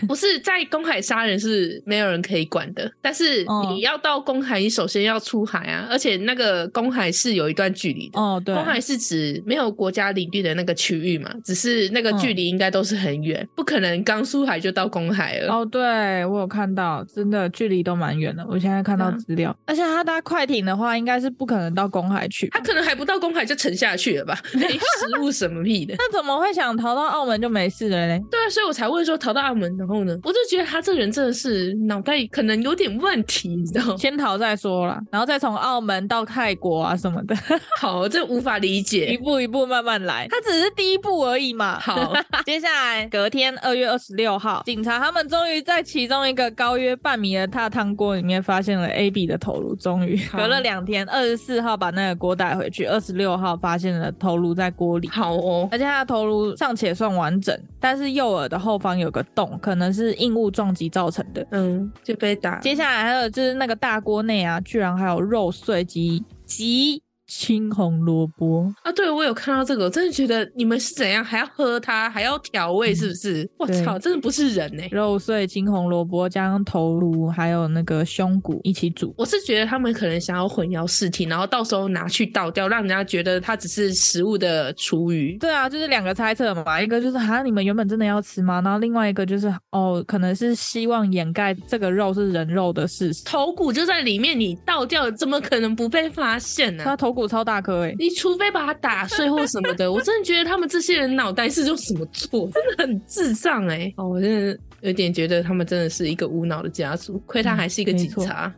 Speaker 3: 不是在公海杀人是没有人可以管的，但是
Speaker 4: 哦
Speaker 3: 你要到公海，你首先要出海啊，而且那个公海是有一段距离 的。
Speaker 4: 哦，对，
Speaker 3: 公海是指没有国家领地的那个区域嘛，只是那个距离应该都是很远，不可能刚出海就到公海了。
Speaker 4: 哦，对我有看到，真的距离都蛮远的。我现在看到
Speaker 3: 嗯
Speaker 4: 资料，啊而且他搭快艇的话，应该是不可能到公海去吧。
Speaker 3: 他可能还不到公海就沉下去了 吧？没食物什么屁的。
Speaker 4: 那怎么会想逃到澳门就没事了嘞？
Speaker 3: 对啊，所以我才问说逃到澳门，然后呢，我就觉得他这人真的是脑袋可能有点问题，你知道吗？
Speaker 4: 先逃再说啦，然后再从澳门到泰国啊什么的，
Speaker 3: 好，这无法理
Speaker 4: 一
Speaker 3: 解。
Speaker 4: 步一步慢慢来。他只是第一步而已嘛。
Speaker 3: 好，
Speaker 4: 接下来隔天二月二十六号，警察他们终于在其中一个高约半米的大汤锅里面发现了 A B 的头颅，终于
Speaker 3: 好
Speaker 4: 隔了两天，二十四号把那个锅带回去，二十六号发现了头颅在锅里。
Speaker 3: 好哦，
Speaker 4: 而且它的头颅尚且算完整，但是右耳的后方有个洞，可能是硬物撞击造成的。
Speaker 3: 嗯，就被打。
Speaker 4: 接下来还有就是那个大锅内啊，居然还有肉碎及及青红萝卜，
Speaker 3: 啊，对，我有看到这个，我真的觉得你们是怎样，还要喝它，还要调味，是不是？我
Speaker 4: 对
Speaker 3: 操，真的不是人欸呢、
Speaker 4: 肉碎、青红萝卜加上头颅，还有那个胸骨一起煮。
Speaker 3: 我是觉得他们可能想要混淆视听，然后到时候拿去倒掉，让人家觉得它只是食物的厨余。
Speaker 4: 对啊，就是两个猜测嘛，一个就是哈你们原本真的要吃吗？然后另外一个就是哦，可能是希望掩盖这个肉是人肉的事实。
Speaker 3: 头骨就在里面，你倒掉怎么可能不被发现呢、
Speaker 4: 它头骨超大颗诶、欸
Speaker 3: 你除非把它打碎或什么的， 我真的觉得他们这些人脑袋是用什么做，真的很智障哎、哦，我真的有点觉得他们真的是一个无脑的家族，亏他还是一个
Speaker 4: 嗯没
Speaker 3: 警
Speaker 4: 错
Speaker 3: 察。
Speaker 4: 啊，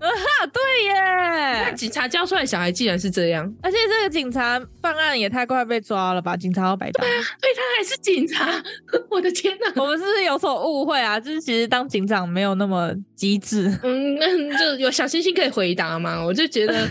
Speaker 4: 对耶
Speaker 3: 那、！警察教出来的小孩竟然是这样，
Speaker 4: 而且这个警察犯案也太快被抓了吧？警察要白当，
Speaker 3: 对他还是警察， 我的天哪、
Speaker 4: 我们是不是有所误会啊？就是其实当警长没有那么机智，
Speaker 3: 嗯，那就有小星星可以回答吗？我就觉得，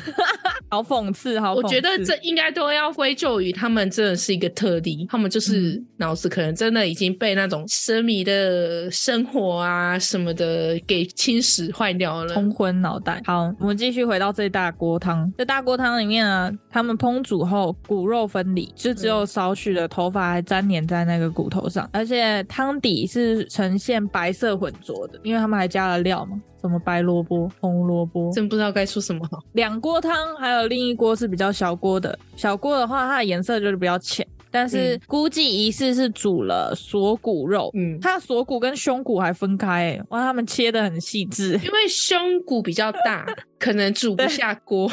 Speaker 4: 好讽刺，好讽
Speaker 3: 我
Speaker 4: 刺。
Speaker 3: 觉得这应该都要归咎于他们真的是一个特例，他们
Speaker 4: 嗯
Speaker 3: 就是脑子可能真的已经被那种奢靡的生活啊什么的给侵蚀坏掉了。
Speaker 4: 冲昏脑袋。好，我们继续回到这大锅汤。这大锅汤里面呢，他们烹煮后骨肉分离，就只
Speaker 3: 嗯
Speaker 4: 有少许的头发还粘连在那个骨头上，而且汤底是呈现白色混浊的，因为他们还加了料嘛，什么白萝卜、红萝卜。
Speaker 3: 真不知道该说什么好。
Speaker 4: 两锅汤，还有另一锅是比较小锅的。小锅的话，它的颜色就是比较浅，但是
Speaker 3: 嗯
Speaker 4: 估计疑似是煮了锁骨肉。
Speaker 3: 嗯，
Speaker 4: 它的锁骨跟胸骨还分开、欸，哇，他们切的很细 致。
Speaker 3: 因为胸骨比较大，可能煮不下锅，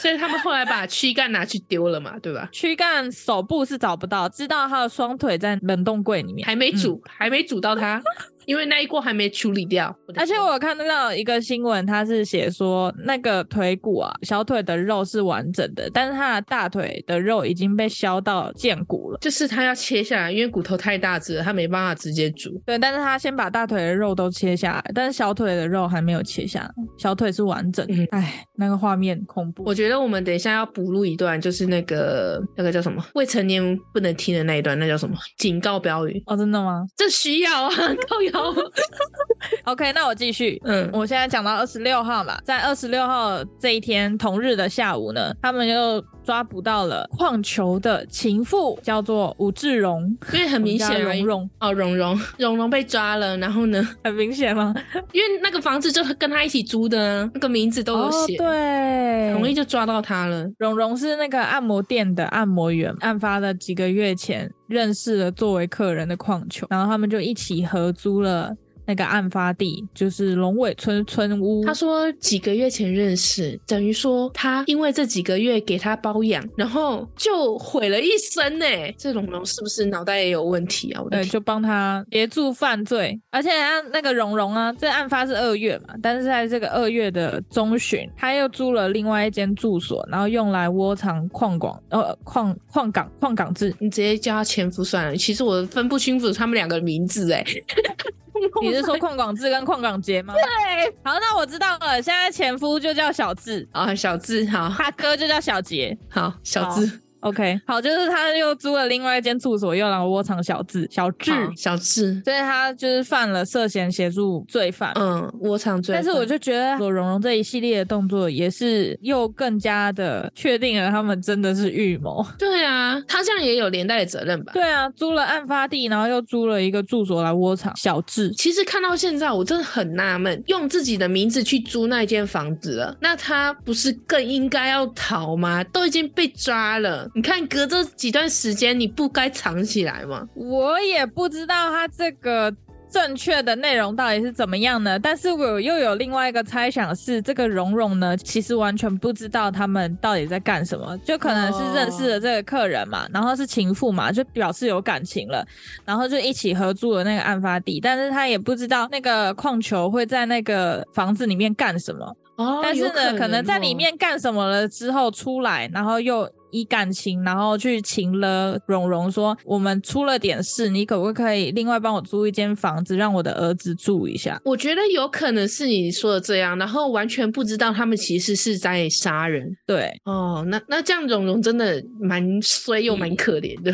Speaker 3: 所以他们后来把躯干拿去丢了嘛，对吧？
Speaker 4: 躯干手部是找不到，知道他的双腿在冷冻柜里面，
Speaker 3: 还没煮，还没煮到它，因为那一锅还没处理掉。的
Speaker 4: 而且
Speaker 3: 天
Speaker 4: 我有看到一个新闻，它是写说那个腿骨啊，小腿的肉是完整的，但是它的大腿的肉已经被削到见骨了。
Speaker 3: 就是它要切下来，因为骨头太大只了，它没办法直接煮。
Speaker 4: 对，但是他先把大腿的肉都切下来，但是小腿的肉还没有切下来，小腿是完整的
Speaker 3: 嗯。
Speaker 4: 哎、那个画面恐怖。
Speaker 3: 我觉得我们等一下要补录一段，就是那个那个叫什么未成年不能听的那一段，那叫什么警告标语？
Speaker 4: 哦，真的吗？
Speaker 3: 这需要啊，高瑶，
Speaker 4: OK，那我继续。
Speaker 3: 嗯
Speaker 4: 我现在讲到二十六号嘛，在二十六号这一天同日的下午呢，他们又抓捕到了矿球的情妇，叫做吴志荣，
Speaker 3: 因为很明显
Speaker 4: 我们
Speaker 3: 啊
Speaker 4: 家蓉蓉
Speaker 3: 哦，蓉蓉蓉蓉被抓了，然后呢，
Speaker 4: 很明显吗？
Speaker 3: 因为那个房子就是跟他一起租的啊，那个名字都有写，
Speaker 4: 哦对，
Speaker 3: 很容易就抓到他了。
Speaker 4: 蓉蓉是那个按摩店的按摩员，案发的几个月前认识了作为客人的矿球，然后他们就一起合租了那个案发地，就是龙尾村村屋。
Speaker 3: 他说几个月前认识，等于说他因为这几个月给他包养，然后就毁了一生呢。这蓉蓉是不是脑袋也有问题啊？我的
Speaker 4: 对，
Speaker 3: 天，
Speaker 4: 就帮他协助犯罪，而且他那个蓉蓉啊，这案发是二月嘛，但是在这个二月的中旬，他又租了另外一间住所，然后用来窝藏矿广呃矿矿港矿港制。
Speaker 3: 你直接叫他前夫算了。其实我分不清楚他们两个的名字哎。
Speaker 4: 你是说矿广志跟矿港杰吗？对，好，那我知道了。现在前夫就叫小智，
Speaker 3: 啊，小智，好
Speaker 4: 他哥就叫小杰。
Speaker 3: 好，小智，
Speaker 4: OK，好，就是他又租了另外一间住所，又来窝藏小智小智，
Speaker 3: 好小智，
Speaker 4: 所以他就是犯了涉嫌协助罪犯。
Speaker 3: 嗯，窝藏罪
Speaker 4: 但
Speaker 3: 犯。
Speaker 4: 是我就觉得罗蓉蓉这一系列的动作，也是又更加的确定了他们真的是预谋。
Speaker 3: 对啊，他这样也有连带的责任吧？
Speaker 4: 对啊，租了案发地，然后又租了一个住所来窝藏小智。
Speaker 3: 其实看到现在，我真的很纳闷，用自己的名字去租那一间房子了，那他不是更应该要逃吗？都已经被抓了，你看隔这几段时间，你不该藏起来吗？
Speaker 4: 我也不知道他这个。正确的内容到底是怎么样呢？但是我又有另外一个猜想是，这个蓉蓉呢，其实完全不知道他们到底在干什么，就可能是认识了这个客人嘛，然后是情妇嘛，就表示有感情了，然后就一起合租了那个案发地，但是他也不知道那个矿球会在那个房子里面干什么，
Speaker 3: 哦
Speaker 4: 但是
Speaker 3: 有
Speaker 4: 呢，可能在里
Speaker 3: 哦
Speaker 4: 面干什么了之后出来，然后又以感情，然后去请了蓉蓉说，我们出了点事，你可不可以另外帮我租一间房子，让我的儿子住一下？
Speaker 3: 我觉得有可能是你说的这样，然后完全不知道他们其实是在杀人
Speaker 4: 对，
Speaker 3: 哦。那那这样蓉蓉真的蛮衰又蛮可怜的，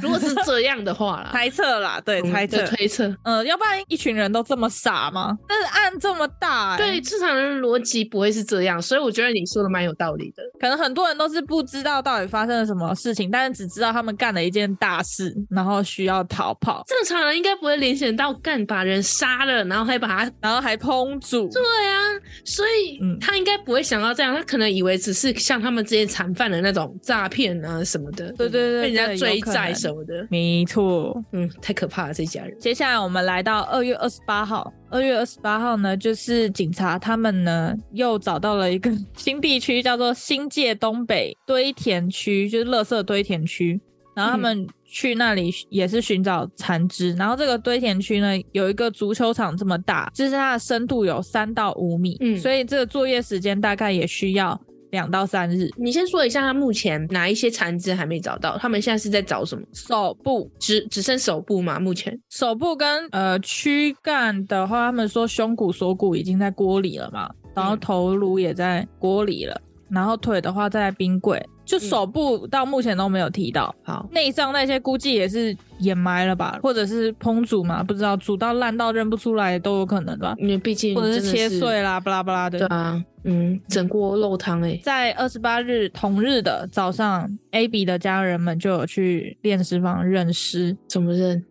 Speaker 3: 如果是这样的话啦，
Speaker 4: 嗯猜测啦，对，
Speaker 3: 嗯
Speaker 4: 猜测
Speaker 3: 对。推测，
Speaker 4: 呃，要不然一群人都这么傻吗？但是案这么大、欸，
Speaker 3: 对，，正常人的逻辑不会是这样，所以我觉得你说的蛮有道理的。
Speaker 4: 可能很多人都是不知道到底发生了什么事情，但是只知道他们干了一件大事，然后需要逃跑，
Speaker 3: 正常人应该不会联想到干把人杀了，然后还把他。
Speaker 4: 然后还烹煮，
Speaker 3: 对啊，所以
Speaker 4: 嗯
Speaker 3: 他应该不会想到这样，他可能以为只是像他们之前常犯的那种诈骗啊什么的，
Speaker 4: 对对对
Speaker 3: 被人家
Speaker 4: 对
Speaker 3: 追
Speaker 4: 有可
Speaker 3: 债
Speaker 4: 能
Speaker 3: 什么的，
Speaker 4: 没错。
Speaker 3: 嗯，太可怕了这家人。
Speaker 4: 接下来我们来到二月二十八号，二月二十八号呢，就是警察他们呢又找到了一个新地区，叫做新界东北堆填区，就是垃圾堆填区。然后他们去那里也是寻找残肢，然后这个堆填区呢有一个足球场这么大，就是它的深度有三到五米，
Speaker 3: 嗯
Speaker 4: 所以这个作业时间大概也需要两到三日。
Speaker 3: 你先说一下他目前哪一些残肢还没找到，他们现在是在找什么？
Speaker 4: 手部
Speaker 3: 只只剩手部吗？目前
Speaker 4: 手部跟呃躯干的话，他们说胸骨、锁骨已经在锅里了嘛，然后
Speaker 3: 嗯
Speaker 4: 头颅也在锅里了，然后腿的话在冰柜，就手部到目前都没有提到，
Speaker 3: 好，
Speaker 4: 内脏那些估计也是掩埋了吧，或者是烹煮嘛，不知道煮到烂到认不出来都有可能吧，
Speaker 3: 因为毕竟
Speaker 4: 或者
Speaker 3: 嗯真的
Speaker 4: 切碎啦，巴拉巴拉的。
Speaker 3: 对啊，嗯，整锅肉汤哎、
Speaker 4: 在二十八日同日的早上，A B 的家人们就有去炼尸房认尸，
Speaker 3: 怎么认？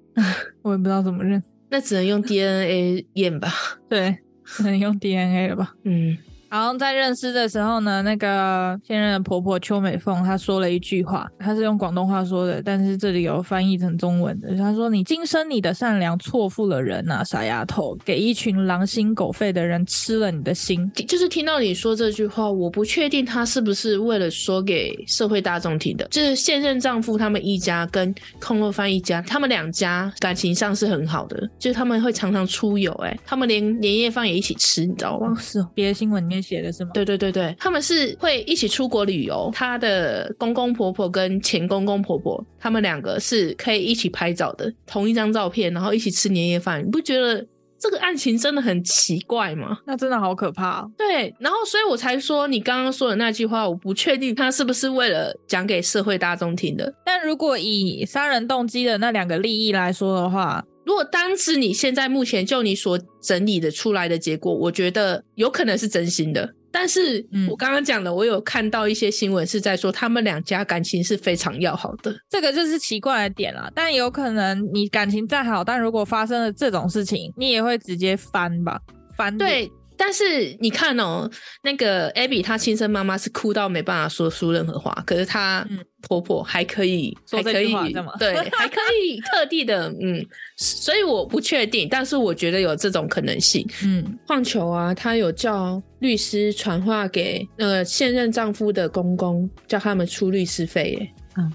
Speaker 4: 我也不知道怎么认，
Speaker 3: 那只 能用 DNA 验吧。
Speaker 4: 对，只能用 DNA 了吧。
Speaker 3: 嗯，
Speaker 4: 然后在认识的时候呢，那个现任的婆婆邱美凤她说了一句话，她是用广东话说的，但是这里有翻译成中文的。她说：“你今生你的善良错付了人呐、傻丫头，给一群狼心狗肺的人吃了你的心。
Speaker 3: 就是听到你说这句话，我不确定他是不是为了说给社会大众听的。就是现任丈夫他们一家跟控肉饭一家，他们两家感情上是很好的，就是他们会常常出游，哎，他们连年夜饭也一起吃，你知道吗
Speaker 4: 哦，？是哦，别的新闻里面写的是吗？
Speaker 3: 对对对对，他们是会一起出国旅游。她的公公婆婆跟前公公婆婆，他们两个是可以一起拍照的，同一张照片，然后一起吃年夜饭。你不觉得这个案情真的很奇怪吗？
Speaker 4: 那真的好可怕、哦。
Speaker 3: 对，然后所以我才说你刚刚说的那句话，我不确定他是不是为了讲给社会大众听的。
Speaker 4: 但如果以杀人动机的那两个利益来说的话，
Speaker 3: 如如果单是你现在目前就你所整理的出来的结果，我觉得有可能是真心的。但是
Speaker 4: 嗯
Speaker 3: 我刚刚讲的，我有看到一些新闻是在说他们两家感情是非常要好的。
Speaker 4: 这个就是奇怪的点啦。但有可能你感情再好，但如果发生了这种事情，你也会直接翻吧，翻脸
Speaker 3: 对，但是你看哦，那个 Abby 她亲生妈妈是哭到没办法说出任何话，可是她
Speaker 4: 嗯
Speaker 3: 婆婆还可以、
Speaker 4: 说
Speaker 3: 还
Speaker 4: 这
Speaker 3: 可
Speaker 4: 句
Speaker 3: 以
Speaker 4: 话干嘛
Speaker 3: 对，还可以特地的嗯，所以我不确定，但是我觉得有这种可能性。
Speaker 4: 嗯，
Speaker 3: 棒球啊，她有叫律师传话给那个现任丈夫的公公，叫他们出律师费耶。
Speaker 4: 嗯，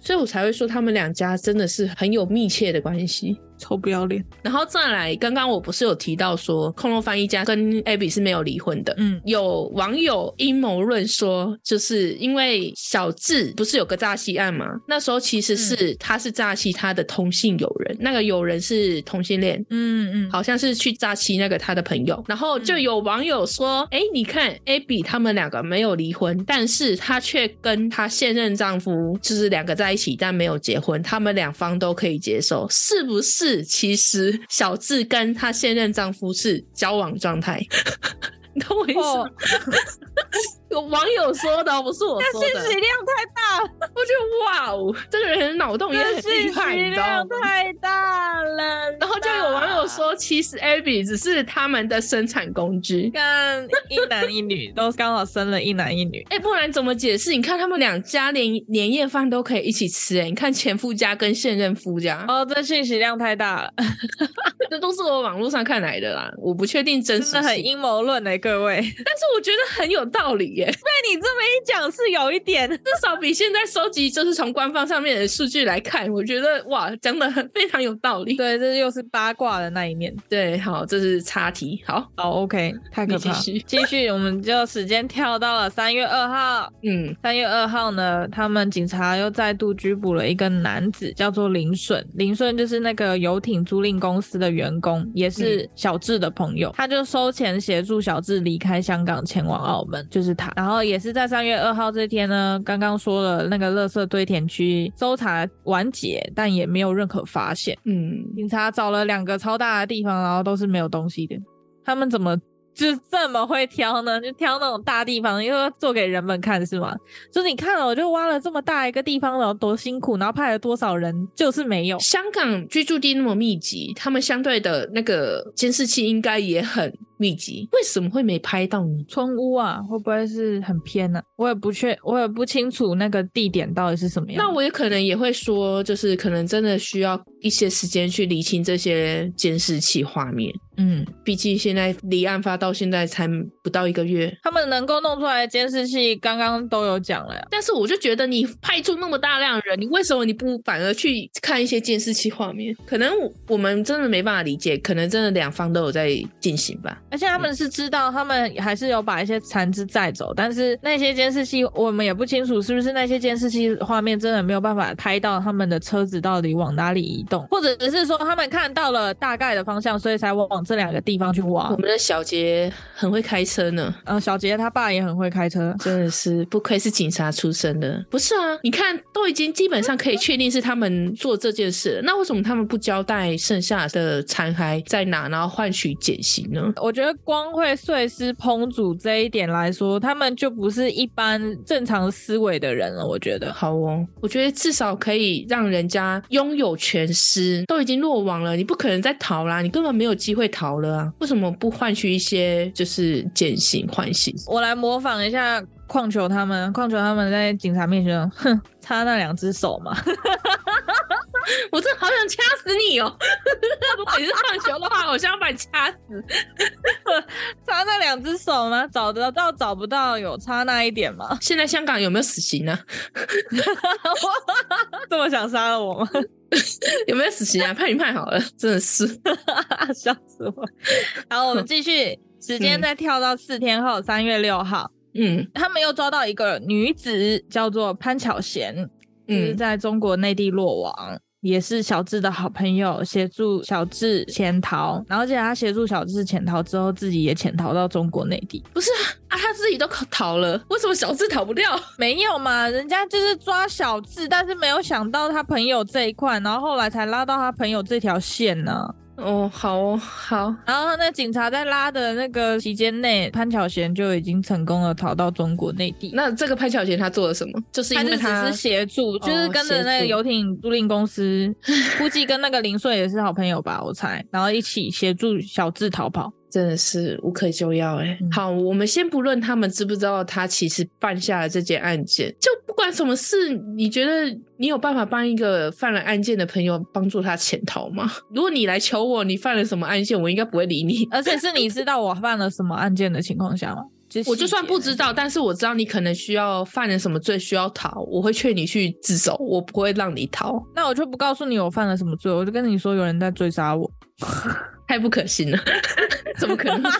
Speaker 3: 所以我才会说他们两家真的是很有密切的关系。
Speaker 4: 臭不要脸，
Speaker 3: 然后再来，刚刚我不是有提到说，空中翻译家跟 Abby 是没有离婚的。
Speaker 4: 嗯
Speaker 3: 有网友阴谋论说，就是因为小智不是有个诈欺案吗？那时候其实是、
Speaker 4: 嗯
Speaker 3: 他是诈欺他的同性友人，那个友人是同性恋，
Speaker 4: 嗯嗯，
Speaker 3: 好像是去诈欺那个他的朋友，然后就有网友说：“
Speaker 4: 嗯
Speaker 3: 哎、你看 Abby 他们两个没有离婚，但是她却跟她现任丈夫就是两个在一起，但没有结婚，他们两方都可以接受，是不是？其实小智跟她现任丈夫是交往状态。” 你懂我意思吗？
Speaker 4: 哦
Speaker 3: 有网友说的哦，不是我说
Speaker 4: 信
Speaker 3: 的。
Speaker 4: 息量太大了，
Speaker 3: 我觉得哇哦，这个人脑洞也很
Speaker 4: 这
Speaker 3: 厉
Speaker 4: 信
Speaker 3: 害，
Speaker 4: 息
Speaker 3: 你知道
Speaker 4: 量
Speaker 3: 吗？
Speaker 4: 太大 了。
Speaker 3: 然后就有网友说，其实 Abby 只是他们的生产工具。
Speaker 4: 跟一男一女都刚好生了一男一女，
Speaker 3: 哎、不然怎么解释？你看他们两家连年夜饭都可以一起吃、哎，你看前夫家跟现任夫家，
Speaker 4: 哦，这信息量太大了，
Speaker 3: 这都是我网络上看来的啦，我不确定真实
Speaker 4: 真的
Speaker 3: 性，
Speaker 4: 很阴谋论的各 位。被
Speaker 3: 但是我觉得很有道理耶、
Speaker 4: 你这么一讲是有一点，
Speaker 3: 至少比现在收集就是从官方上面的数据来看，我觉得哇，讲的很非常有道理。
Speaker 4: 对，这又是八卦的那一面。
Speaker 3: 对，好，这是插题，好，
Speaker 4: 哦，OK，太可
Speaker 3: 你继
Speaker 4: 怕了。
Speaker 3: 续
Speaker 4: 继续，我们就时间跳到了三月二号。
Speaker 3: 嗯，
Speaker 4: 三月二号呢，他们警察又再度拘捕了一个男子，叫做林顺。林顺就是那个游艇租赁公司的员工，也是小智的朋友。他就收钱协助小智离开香港，前往澳门，就是他。然后也是在三月二号这天呢，刚刚说了那个垃圾堆填区搜查完结，但也没有任何发现。
Speaker 3: 嗯，
Speaker 4: 警察找了两个超大的地方，然后都是没有东西的。他们怎么就这么会挑呢？ 就挑那种大地方，又要做给人们看是吗？就是你看了，我就挖了这么大一个地方了，多辛苦，然后派了多少人，就是没有。
Speaker 3: 香港居住地那么密集，他们相对的那个监视器应该也很密集，为什么会没拍到呢？
Speaker 4: 村屋啊，会不会是很偏呢、我也不确，我也不清楚那个地点到底是什么样。
Speaker 3: 那我也可能也会说，就是可能真的需要一些时间去理清这些监视器画面，
Speaker 4: 嗯，
Speaker 3: 毕竟现在离案发到现在才不到一个月。
Speaker 4: 他们能够弄出来的监视器，刚刚都有讲了呀。
Speaker 3: 但是我就觉得你派出那么大量的人，你为什么你不反而去看一些监视器画面？可能我我们真的没办法理解，可能真的两方都有在进行吧。
Speaker 4: 而且他们是知道，他们还是有把一些残肢载走，但是那些监视器我们也不清楚是不是那些监视器画面真的没有办法拍到他们的车子到底往哪里移动， 或者只是说他们看到了大概的方向，所以才往这两个地方去挖
Speaker 3: 我。们的小杰很会开车呢。
Speaker 4: 呃，小杰他爸也很会开车，
Speaker 3: 真的是不愧是警察出身的，不是啊？你看，都已经基本上可以确定是他们做这件事了，那为什么他们不交代剩下的残骸在哪，然后换取减刑呢？
Speaker 4: 我觉得光会碎尸烹煮这一点来说，他们就不是一般正常思维的人了。我觉得，
Speaker 3: 好哦，我觉得至少可以让人家拥有全尸，都已经落网了，你不可能再逃啦，你根本没有机会逃了啊！为什么不换取一些就是减刑缓刑？
Speaker 4: 我来模仿一下矿球他们，矿球他们在警察面前，哼，插那两只手嘛。
Speaker 3: 我真的好想掐死你哦！ 如果你是放球的话，我想把你掐死。
Speaker 4: 插那两只手吗？找得到找不到有差那一点吗？
Speaker 3: 现在香港有没有死刑啊？
Speaker 4: 这么想杀了我吗？
Speaker 3: 有没有死刑啊？判一判好了， 真的是。
Speaker 4: 笑死我！好，我们继续，时间再跳到四天后，三月六号，
Speaker 3: 嗯
Speaker 4: 他们又抓到一个女子，叫做潘巧贤，就是
Speaker 3: 嗯
Speaker 4: 在中国内地落网。也是小智的好朋友，协助小智潜逃，然后而且他协助小智潜逃之后，自己也潜逃到中国内地。
Speaker 3: 不是啊，啊他自己都逃逃了， 为什么小智逃不掉？
Speaker 4: 没有嘛，人家就是抓小智，但是没有想到他朋友这一块，然后后来才拉到他朋友这条线呢、
Speaker 3: 哦，好哦，好，
Speaker 4: 然后那警察在拉的那个期间内，潘巧贤就已经成功的逃到中国内地。
Speaker 3: 那这个潘晓贤他做了什么？就是因
Speaker 4: 他就
Speaker 3: 为
Speaker 4: 只
Speaker 3: 他
Speaker 4: 是协助，就是
Speaker 3: 哦
Speaker 4: 跟着那
Speaker 3: 协
Speaker 4: 个
Speaker 3: 助
Speaker 4: 游艇租赁公司，估计跟那个林穗也是好朋友吧，我猜。然后一起协助小智逃跑。
Speaker 3: 真的是无可救药哎、
Speaker 4: 嗯
Speaker 3: 好，我们先不论他们知不知道他其实犯下了这件案件，就不管什么事，你觉得你有办法帮一个犯了案件的朋友帮助他潜逃吗？如果你来求我，你犯了什么案件，我应该不会理你。
Speaker 4: 而且是你知道我犯了什么案件的情况下吗？是
Speaker 3: 我就算
Speaker 4: 细节
Speaker 3: 不知道，但是我知道你可能需要犯了什么罪需要逃，我会劝你去自首，我不会让你逃，
Speaker 4: 那我就不告诉你我犯了什么罪，我就跟你说有人在追杀我。
Speaker 3: 太不可信了， 怎么可能？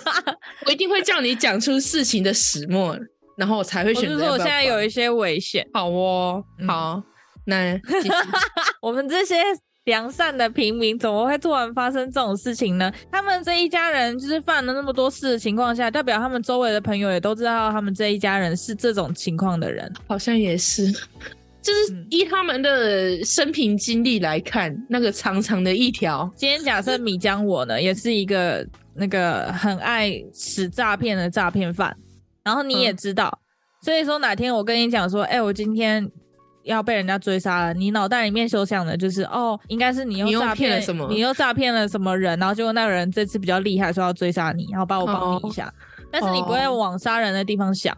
Speaker 3: 我一定会叫你讲出事情的始末，然后我才会
Speaker 4: 我
Speaker 3: 选择
Speaker 4: 是
Speaker 3: 要不
Speaker 4: 说我
Speaker 3: 要
Speaker 4: 现在
Speaker 3: 帮
Speaker 4: 有一些危险，
Speaker 3: 好哦，
Speaker 4: 嗯
Speaker 3: 好，那 继续
Speaker 4: 我们这些良善的平民怎么会突然发生这种事情呢？他们这一家人就是犯了那么多事的情况下，代表他们周围的朋友也都知道他们这一家人是这种情况的人。
Speaker 3: 好像也是，就是
Speaker 4: 嗯
Speaker 3: 依他们的生平经历来看，那个长长的一条，
Speaker 4: 今天假设米江我呢，也是一个那个很爱使诈骗的诈骗犯，然后你也知道，所以说哪天我跟你讲说，哎、我今天。要被人家追杀了，你脑袋里面所想的就是哦，应该是你又
Speaker 3: 你又
Speaker 4: 诈
Speaker 3: 骗了什么
Speaker 4: 你又诈骗了什么人，然后结果那个人这次比较厉害，说要追杀你，然后把我帮你一下，哦但是你不会
Speaker 3: 哦
Speaker 4: 往杀人的地方想，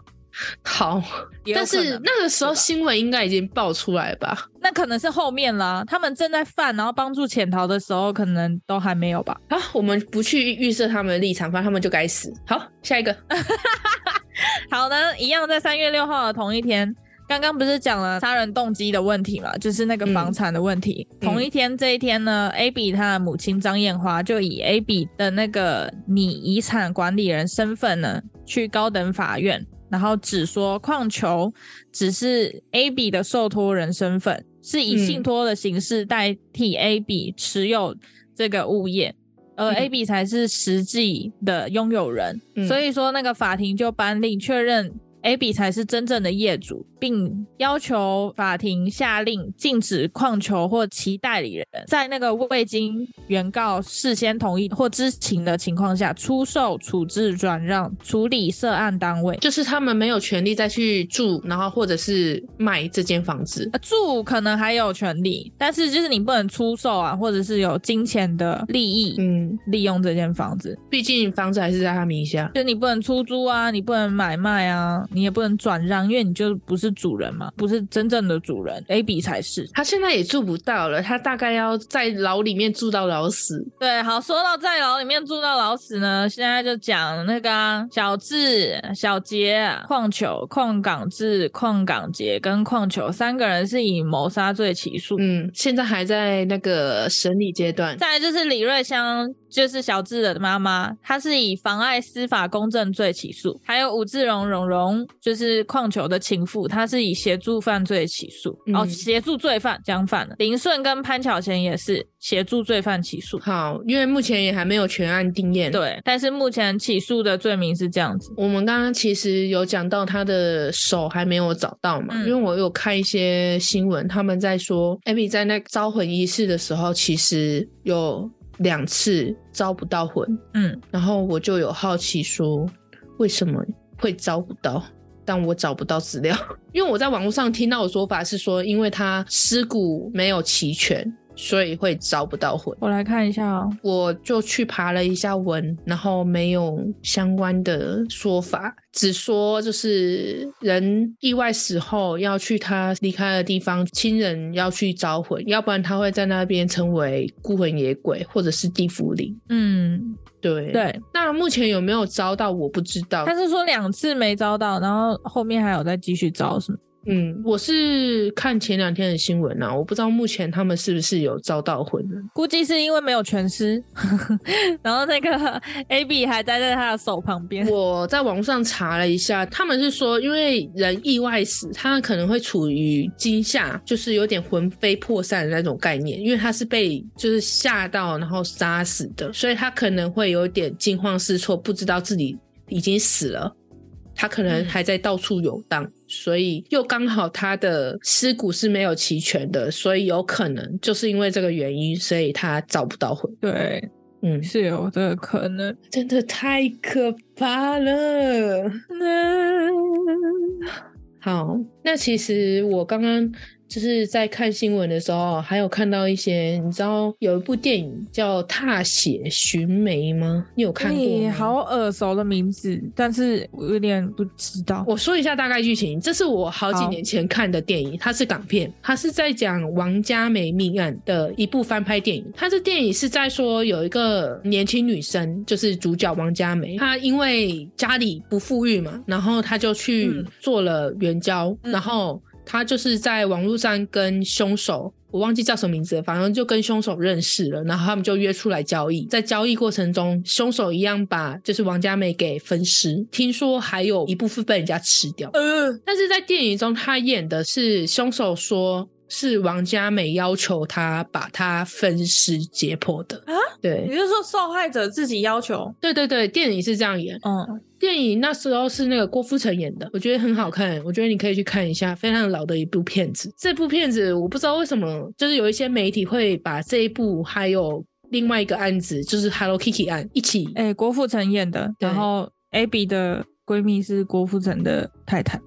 Speaker 3: 好，
Speaker 4: 也有可
Speaker 3: 但是
Speaker 4: 能
Speaker 3: 那个时候
Speaker 4: 对吧
Speaker 3: 新闻应该已经爆出来吧？
Speaker 4: 那可能是后面啦，他们正在犯，然后帮助潜逃的时候，可能都还没有吧。
Speaker 3: 啊，我们不去预设他们的立场，反正他们就该死。好，下一个，
Speaker 4: 好呢，一样在三月六号的同一天。刚刚不是讲了杀人动机的问题嘛，就是那个房产的问题。
Speaker 3: 嗯
Speaker 4: 同一天，这一天呢，AB 她的母亲张艳花就以 AB 的那个拟遗产管理人身份呢，去高等法院，然后只说矿球只是 AB 的受托人身份，是以
Speaker 3: 嗯
Speaker 4: 信托的形式代替 AB 持有这个物业。而
Speaker 3: 嗯
Speaker 4: A B 才是实际的拥有人，
Speaker 3: 嗯
Speaker 4: 所以说那个法庭就颁令确认 A B 才是真正的业主，并要求法庭下令禁止矿球或其代理人在那个未经原告事先同意或知情的情况下出售、处置、转让、处理涉案单位。
Speaker 3: 就是他们没有权利再去住，然后或者是卖这间房子。
Speaker 4: 呃住可能还有权利，但是就是你不能出售啊，或者是有金钱的利益、
Speaker 3: 嗯，
Speaker 4: 利用这间房子。
Speaker 3: 毕竟房子还是在他名下。
Speaker 4: 就你不能出租啊，你不能买卖啊，你也不能转让，因为你就不是主人嘛，不是真正的主人，A B 才是。
Speaker 3: 他现在也住不到了，他大概要在牢里面住到老死。
Speaker 4: 对，好，说到在牢里面住到老死呢，现在就讲那个啊、小智、小杰、啊矿球、矿港智、矿港杰跟矿球三个人是以谋杀罪起诉。
Speaker 3: 嗯，现在还在那个审理阶段。
Speaker 4: 再来就是李瑞香，就是小智的妈妈，她是以妨碍司法公正罪起诉；还有吴志荣荣荣，就是矿球的情妇，她是以协助犯罪起诉，
Speaker 3: 嗯
Speaker 4: 哦，协助罪犯将犯了。林顺跟潘巧贤也是协助罪犯起诉，
Speaker 3: 好，因为目前也还没有全案定验。，
Speaker 4: 对，但是目前起诉的罪名是这样子，
Speaker 3: 我们刚刚其实有讲到他的手还没有找到嘛，
Speaker 4: 嗯
Speaker 3: 因为我有看一些新闻，他们在说 Amy 在那招魂仪式的时候，其实有两次招不到魂，
Speaker 4: 嗯，
Speaker 3: 然后我就有好奇说，为什么会招不到？但我找不到资料， 因为我在网络上听到的说法是说，因为他尸骨没有齐全，所以会招不到魂。
Speaker 4: 我来看一下哦。
Speaker 3: 我就去爬了一下文，然后没有相关的说法，只说就是人意外死后要去他离开的地方，亲人要去招魂，要不然他会在那边成为孤魂野鬼或者是地府灵。
Speaker 4: 嗯，
Speaker 3: 对，
Speaker 4: 对，
Speaker 3: 那目前有没有招到我不知道
Speaker 4: 他，是说两次没招到，然后后面还有再继续招，是吗？
Speaker 3: 嗯，我是看前两天的新闻啊，我不知道目前他们是不是有遭到啊混乱。
Speaker 4: 估计是因为没有全尸， 然后那个 A B 还待在他的手旁边。
Speaker 3: 我在网上查了一下，他们是说，因为人意外死，他可能会处于惊吓，就是有点魂飞魄散的那种概念，因为他是被就是吓到然后杀死的，所以他可能会有点惊慌失措，不知道自己已经死了。他可能还在到处游荡，所以又刚好他的尸骨是没有齐全的，所以有可能就是因为这个原因，所以他找不到魂。
Speaker 4: 对，
Speaker 3: 嗯，
Speaker 4: 是有这个可能。
Speaker 3: 真的太可怕了。好，那其实我刚刚就是在看新闻的时候，还有看到一些，你知道有一部电影叫《踏雪寻梅》吗？你有看过
Speaker 4: 你
Speaker 3: 吗？
Speaker 4: 好耳熟的名字，但是我有点不知道。
Speaker 3: 我说一下大概剧情，这是我好几
Speaker 4: 好
Speaker 3: 年前看的电影，它是港片，它是在讲王家梅命案的一部翻拍电影。它这电影是在说有一个年轻女生，就是主角王家梅，她因为家里不富裕嘛，然后她就去
Speaker 4: 嗯
Speaker 3: 做了援交，
Speaker 4: 嗯
Speaker 3: 然后她就是在网络上跟凶手。我忘记叫什么名字了，反正就跟凶手认识了，然后他们就约出来交易。在交易过程中，凶手一样把就是王佳美给分尸，听说还有一部分被人家吃掉。
Speaker 4: 呃，
Speaker 3: 但是在电影中，他演的是凶手说是王佳美要求他把他分尸解剖的
Speaker 4: 啊，
Speaker 3: 对
Speaker 4: 你是说受害者自己要求？
Speaker 3: 对对对，电影是这样演。
Speaker 4: 嗯，
Speaker 3: 电影那时候是那个郭富城演的，我觉得很好看，我觉得你可以去看一下，非常老的一部片子。这部片子我不知道为什么，就是有一些媒体会把这一部还有另外一个案子，就是 Hello Kitty 案一起。
Speaker 4: 哎、郭富城演的，
Speaker 3: 对
Speaker 4: 然后 Abby 的闺蜜是郭富城的太太。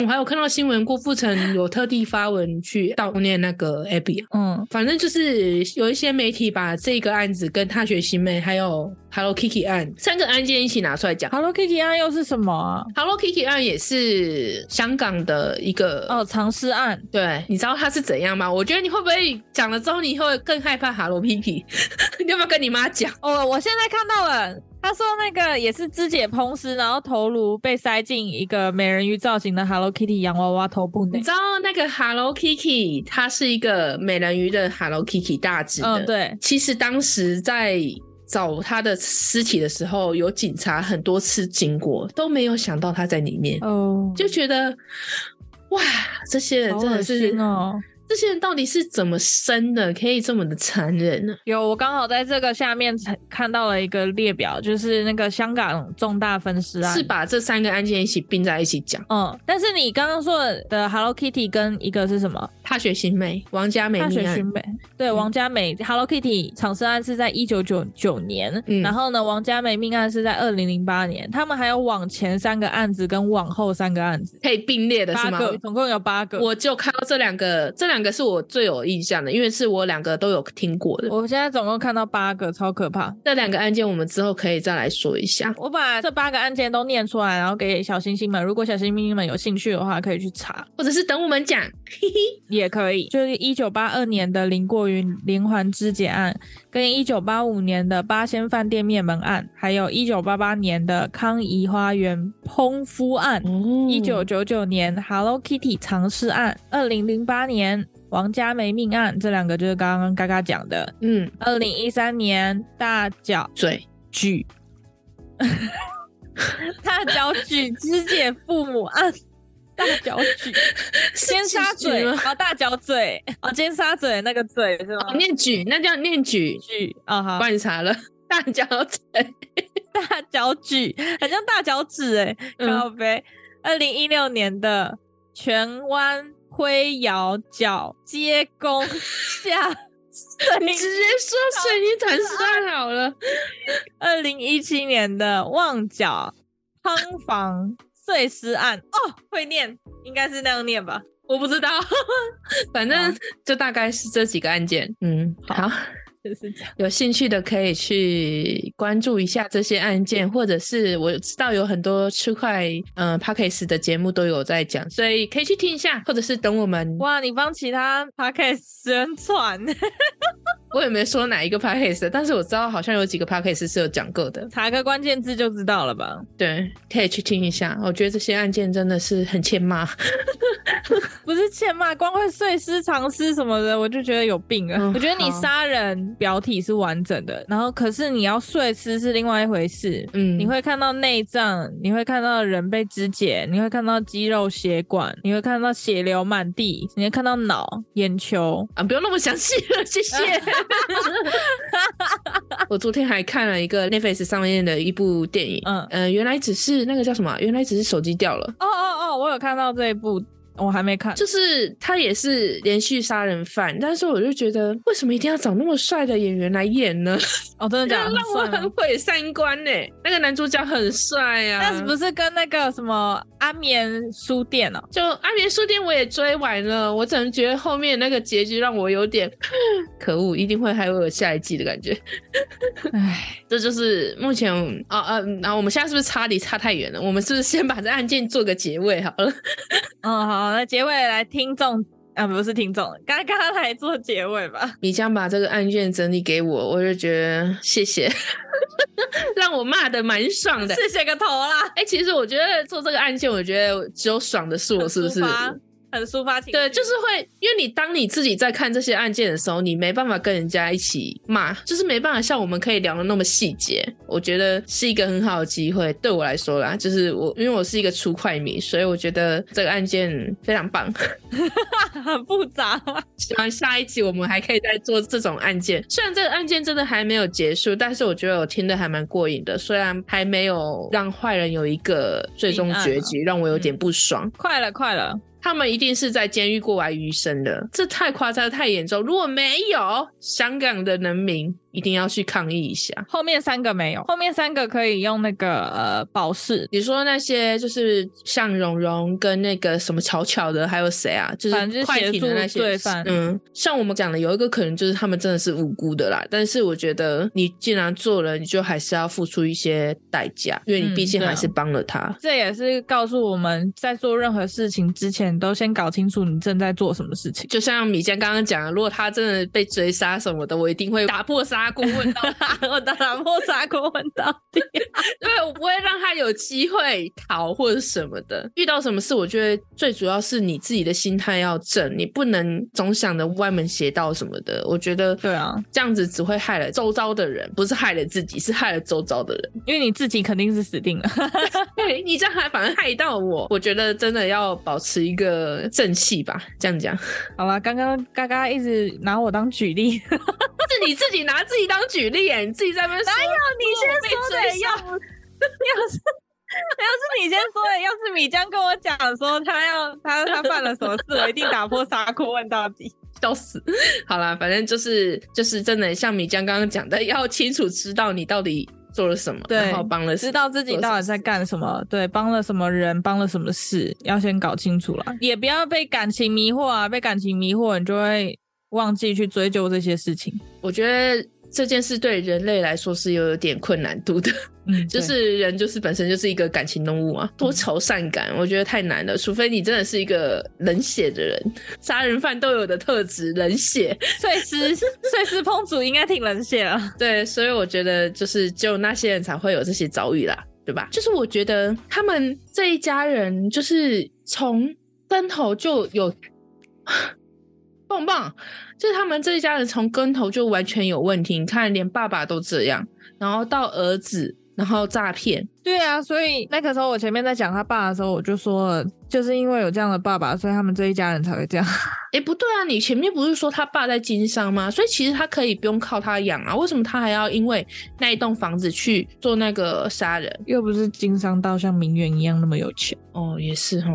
Speaker 3: 我还有看到新闻，郭富城有特地发文去悼念那个 Abby 啊。
Speaker 4: 嗯，
Speaker 3: 反正就是有一些媒体把这个案子跟大学新妹还有 Hello Kitty 案三个案件一起拿出来讲。
Speaker 4: Hello Kitty 案又是什么啊？
Speaker 3: Hello Kitty 案也是香港的一个
Speaker 4: 哦，藏尸案。
Speaker 3: 对，你知道他是怎样吗？我觉得你会不会讲了之后，你会更害怕 Hello Kitty？你 要不要跟你妈讲？
Speaker 4: 哦，我现在看到了，他说那个也是肢解烹尸，然后头颅被塞进一个美人鱼造型的 Hello Kitty 洋娃娃头部内
Speaker 3: 你知。道那个 Hello Kitty，它是一个美人鱼的 Hello Kitty 大只的。
Speaker 4: 嗯，。对，
Speaker 3: 其实当时在找他的尸体的时候，有警察很多次经过，都没有想到他在里面，
Speaker 4: 哦，
Speaker 3: 就觉得哇，这些人
Speaker 4: 好
Speaker 3: 真
Speaker 4: 恶
Speaker 3: 的是
Speaker 4: 心哦。
Speaker 3: 这些人到底是怎么生的，可以这么的残忍呢、
Speaker 4: 有，我刚好在这个下面才看到了一个列表，就是那个香港重大分尸案，
Speaker 3: 是？把这三个案件一起并在一起讲。
Speaker 4: 嗯，但是你刚刚说的 Hello Kitty 跟一个是什么？
Speaker 3: 踏雪寻梅，王家美
Speaker 4: 大
Speaker 3: 命
Speaker 4: 雪
Speaker 3: 案
Speaker 4: 寻。梅，对，
Speaker 3: 嗯
Speaker 4: 王佳美 Hello Kitty 藏尸案是在一九九九年，
Speaker 3: 嗯
Speaker 4: 然后呢，王佳美命案是在二零零八年，他们还有往前三个案子跟往后三个案子，
Speaker 3: 可以并列的是
Speaker 4: 八
Speaker 3: 吗？
Speaker 4: 个，总共有八个。
Speaker 3: 我就看到这两个，这两个是我最有印象的，因为是我两个都有听过的。
Speaker 4: 我现在总共看到八个，超可怕。
Speaker 3: 这两个案件我们之后可以再来说一下。
Speaker 4: 我把这八个案件都念出来，然后给小星星们，如果小星星们有兴趣的话，可以去查。
Speaker 3: 或者是等我们讲。
Speaker 4: 也可以，就是一九八二年的林过云连环肢解案，跟一九八五年的八仙饭店灭门案，还有一九八八年的康怡花园烹夫案，
Speaker 3: 哦
Speaker 4: 一九九九年 Hello Kitty 藏尸案，二零零八年王佳梅命案，这两个就是刚刚嘎嘎讲的。
Speaker 3: 嗯
Speaker 4: 二零一三年大脚
Speaker 3: 嘴
Speaker 4: 举， 大脚举肢解父母案，大脚举。尖沙咀
Speaker 3: 是举吗？
Speaker 4: 哦，大角嘴哦，尖沙嘴那个嘴是吗
Speaker 3: 哦？念举，那叫念举。
Speaker 4: 举啊哈，
Speaker 3: 观察了， 大脚嘴。
Speaker 4: 大脚举，很像大脚趾哎、欸，
Speaker 3: 嗯
Speaker 4: 靠背。二零一六年的荃湾灰窑角街工下
Speaker 3: 你
Speaker 4: 水，
Speaker 3: 直接说水泥团时代好了。
Speaker 4: 二零一七年的旺角汤房碎尸案哦，会念，应该是那样念吧？
Speaker 3: 我不知道， 反正
Speaker 4: 好
Speaker 3: 就大概是这几个案件。嗯，好。
Speaker 4: 就是这样。
Speaker 3: 有兴趣的可以去关注一下这些案件，或者是我知道有很多区块嗯 p a c k a g e 的节目都有在讲，所以可以去听一下，或者是等我们，
Speaker 4: 哇，你帮其他 podcast 宣传，
Speaker 3: 我也没说哪一个 p a c k a g e 但是我知道好像有几个 p a c k a g e 是有讲过的，
Speaker 4: 查个关键字就知道了吧？
Speaker 3: 对，可以去听一下。我觉得这些案件真的是很欠骂，
Speaker 4: 不是欠骂，光会碎尸、藏尸什么的，我就觉得有病了。
Speaker 3: 嗯
Speaker 4: 我觉得你
Speaker 3: 好
Speaker 4: 杀人表体是完整的，然后可是你要碎尸是另外一回事。
Speaker 3: 嗯，
Speaker 4: 你会看到内脏，你会看到人被肢解，你会看到肌肉、血管，你会看到血流满地，你会看到脑、眼球。
Speaker 3: 啊，不用那么详细了，谢 谢。我昨天还看了一个 Netflix 上面的一部电影，
Speaker 4: 嗯
Speaker 3: 呃，原来只是那个叫什么啊，原来只是手机掉了，
Speaker 4: 哦哦哦，我有看到这一部，我还没看。
Speaker 3: 就是他也是连续杀人犯，但是我就觉得为什么一定要找那么帅的演员来演呢？
Speaker 4: 哦，真的假的？
Speaker 3: 让我
Speaker 4: 算了
Speaker 3: 很毁三观呢、啊那个男主角很帅啊，
Speaker 4: 但是不是跟那个什么安眠书店 哦？
Speaker 3: 就《安眠书店》我也追完了，我只能觉得后面那个结局让我有点 可恶，一定会还会有下一季的感觉。
Speaker 4: 唉，
Speaker 3: 这就是目前啊啊啊！我们现在是不是差离差太远了？我们是不是先把这案件做个结尾好了？
Speaker 4: 嗯，好，那结尾来听众啊，不是听众，刚刚来做结尾吧。
Speaker 3: 你将把这个案件整理给我，我就觉得谢谢， 让我骂的蛮爽的。
Speaker 4: 谢谢个头啦，
Speaker 3: 哎、其实我觉得做这个案件，我觉得只有爽的是我，
Speaker 4: 很
Speaker 3: 是不是
Speaker 4: 抒？发？很抒发情绪，
Speaker 3: 对，就是会，因为你当你自己在看这些案件的时候，你没办法跟人家一起骂，就是没办法像我们可以聊的那么细节。我觉得是一个很好的机会，对我来说啦，就是我因为我是一个粗快迷，所以我觉得这个案件非常棒。
Speaker 4: 很复杂。
Speaker 3: 希望下一集我们还可以再做这种案件。虽然这个案件真的还没有结束，但是我觉得我听的还蛮过瘾的。虽然还没有让坏人有一个最终
Speaker 4: 定案
Speaker 3: 结
Speaker 4: 啊
Speaker 3: 局，让我有点
Speaker 4: 嗯
Speaker 3: 不爽。
Speaker 4: 快了，快了，
Speaker 3: 他们一定是在监狱过完余生的，这太夸张、太严重。如果没有，香港的人民一定要去抗议一下。
Speaker 4: 后面三个没有，后面三个可以用那个呃宝石，
Speaker 3: 你说那些就是像蓉蓉跟那个什么巧巧的，还有谁啊？就
Speaker 4: 反正
Speaker 3: 是
Speaker 4: 就是
Speaker 3: 快艇的那些
Speaker 4: 协助罪犯
Speaker 3: 嗯，像我们讲的，有一个可能就是他们真的是无辜的啦。但是我觉得你既然做了，你就还是要付出一些代价，因为你
Speaker 4: 嗯
Speaker 3: 毕竟
Speaker 4: 对啊
Speaker 3: 还是帮了他。
Speaker 4: 这也是告诉我们在做任何事情之前，都先搞清楚你正在做什么事情。
Speaker 3: 就像米江刚刚讲的，如果他真的被追杀什么的，我一定会打破砂锅问到他。
Speaker 4: 我的打破砂锅问到底，
Speaker 3: 对，我不会让他有机会逃或者什么的。遇到什么事，我觉得最主要是你自己的心态要正，你不能总想着歪门邪道什么的。我觉得，
Speaker 4: 对啊，
Speaker 3: 这样子只会害了周遭的人，不是害了自己，是害了周遭的人。
Speaker 4: 因为你自己肯定是死定了。
Speaker 3: 对你这样还反而害到我，我觉得真的要保持一个正气吧。这样讲，
Speaker 4: 好了，刚刚嘎嘎一直拿我当举例， 你
Speaker 3: 是你自己拿自己当举例耶，你自己在那边
Speaker 4: 哎
Speaker 3: 说，
Speaker 4: 先说
Speaker 3: 我被
Speaker 4: 的
Speaker 3: 追
Speaker 4: 要
Speaker 3: 杀
Speaker 4: 不要是。要是你先说的，要是米江跟我讲说他要他他犯了什么事，我一定打破砂锅问到底。
Speaker 3: 笑死。好啦，反正就是就是真的，像米江刚刚讲的， 要清楚知道你到底做了什么，
Speaker 4: 对
Speaker 3: 然后帮了谁
Speaker 4: 知道自己到底在干什么，对，帮了什么人，帮了什么事，要先搞清楚啦，也不要被感情迷惑啊，被感情迷惑，你就会忘记去追究这些事情。
Speaker 3: 我觉得这件事对人类来说是有点困难度的，
Speaker 4: 嗯，
Speaker 3: 就
Speaker 4: 对
Speaker 3: 是人就是本身就是一个感情动物啊，多愁善感，我觉得太难了，除非你真的是一个冷血的人，杀人犯都有的特质，冷血。
Speaker 4: 碎尸碎尸烹煮应该挺冷血啊了。
Speaker 3: 对，所以我觉得就是只有那些人才会有这些遭遇啦，对吧？就是我觉得他们这一家人就是从跟头就有 棒棒，就是他们这一家人从跟头就完全有问题。你看，连爸爸都这样，然后到儿子，然后诈骗，
Speaker 4: 对啊，所以那个时候我前面在讲他爸的时候，我就说了，就是因为有这样的爸爸，所以他们这一家人才会这样。
Speaker 3: 哎，不对啊！你前面不是说他爸在经商吗？所以其实他可以不用靠他养啊，为什么他还要因为那一栋房子去做那个杀人？
Speaker 4: 又不是经商到像名媛一样那么有钱，
Speaker 3: 哦，也是哈，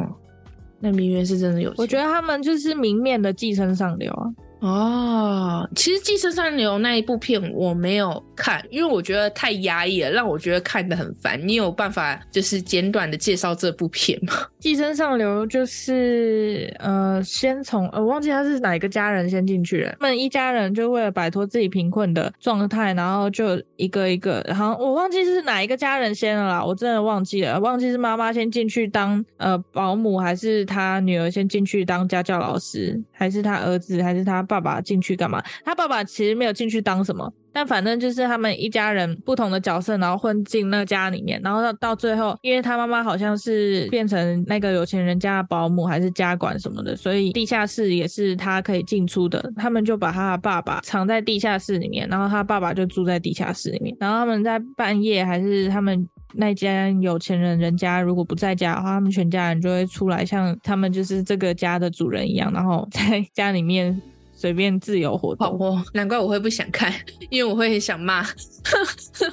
Speaker 3: 那明媛是真的有钱。
Speaker 4: 我觉得他们就是明面的寄生上流啊。
Speaker 3: 哦，其实《寄生上流》那一部片我没有看，因为我觉得太压抑了，让我觉得看得很烦。你有办法就是简短的介绍这部片吗？
Speaker 4: 寄生上流就是呃，先从呃，我忘记他是哪一个家人先进去了。他们一家人就为了摆脱自己贫困的状态，然后就一个一个，好像我忘记是哪一个家人先了啦，我真的忘记了，忘记是妈妈先进去当呃保姆，还是他女儿先进去当家教老师，还是他儿子，还是他爸爸进去干嘛？他爸爸其实没有进去当什么。但反正就是他们一家人不同的角色，然后混进那家里面，然后到到最后，因为他妈妈好像是变成那个有钱人家的保姆还是家管什么的，所以地下室也是他可以进出的。他们就把他的爸爸藏在地下室里面，然后他爸爸就住在地下室里面，然后他们在半夜还是他们那间有钱人人家如果不在家的话，他们全家人就会出来，像他们就是这个家的主人一样，然后在家里面随便自由活
Speaker 3: 好
Speaker 4: 动。
Speaker 3: 哦， 难怪我会不想看，因为我会想骂。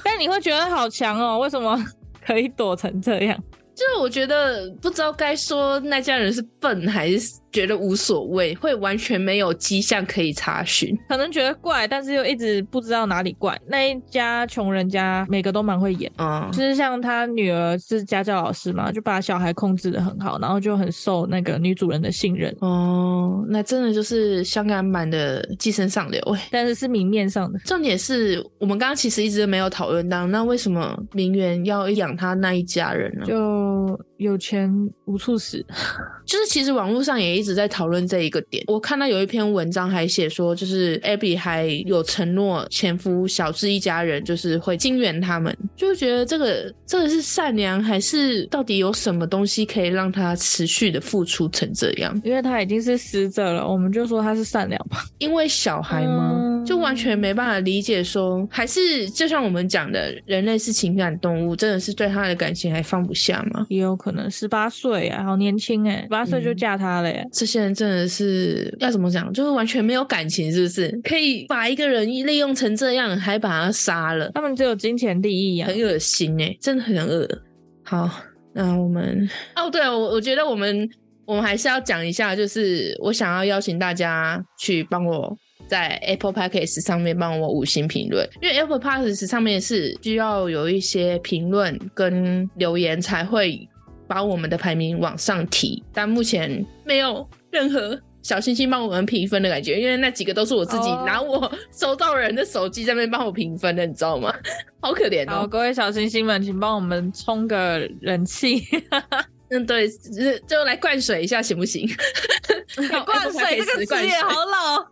Speaker 4: 但你会觉得好强哦，为什么 可以躲成这样？
Speaker 3: 就是我觉得不知道该说那家人是笨还是觉得无所谓，会完全没有迹象可以查询。
Speaker 4: 可能觉得怪，但是又一直不知道哪里怪。那一家穷人家每个都蛮会演，
Speaker 3: 嗯
Speaker 4: 就，是像他女儿是家教老师嘛，就把小孩控制的很好，然后就很受那个女主人的信任，
Speaker 3: 哦，那真的就是香港版的《寄生上流》哎。
Speaker 4: 但是是明面上的。
Speaker 3: 重点是我们刚刚其实一直没有讨论到，那为什么名媛要养他那一家人呢？
Speaker 4: 就有钱无处使，
Speaker 3: 就是其实网络上也一直在讨论这一个点。我看到有一篇文章还写说，就是 Abby 还有承诺前夫小智一家人就是会金援他们，就觉得这个这个是善良，还是到底有什么东西可以让他持续的付出成这样？
Speaker 4: 因为他已经是死者了，我们就说他是善良吧。
Speaker 3: 因为小孩吗？
Speaker 4: 嗯
Speaker 3: 就完全没办法理解说，还是就像我们讲的，人类是情感动物，真的是对他的感情还放不下吗？
Speaker 4: 也有可能十八岁啊，好年轻哎、1八岁就
Speaker 3: 嗯
Speaker 4: 嫁他了欸耶、
Speaker 3: 这些人真的是要怎么讲，就是完全没有感情，是不是？可以把一个人利用成这样，还把他杀了，
Speaker 4: 他们只有金钱利益啊
Speaker 3: 很，恶心哎、真的很恶。好，那我们哦，对我我觉得我们我们还是要讲一下，就是我想要邀请大家去帮我。在 Apple Podcast 上面帮我五星评论，因为 Apple Podcast 上面是需要有一些评论跟留言才会把我们的排名往上提，但目前没有任何小星星帮我们评分的感觉，因为那几个都是我自己
Speaker 4: 哦
Speaker 3: 拿我收到人的手机在那边帮我评分的，你知道吗？好可怜
Speaker 4: 好，
Speaker 3: 哦。
Speaker 4: 各位小星星们，请帮我们冲个人气，
Speaker 3: 嗯，对，就是就来灌水一下行不 行？要
Speaker 4: 灌
Speaker 3: Apple
Speaker 4: 水
Speaker 3: Podcast
Speaker 4: 这个
Speaker 3: 灌
Speaker 4: 词也
Speaker 3: 水
Speaker 4: 好老哦，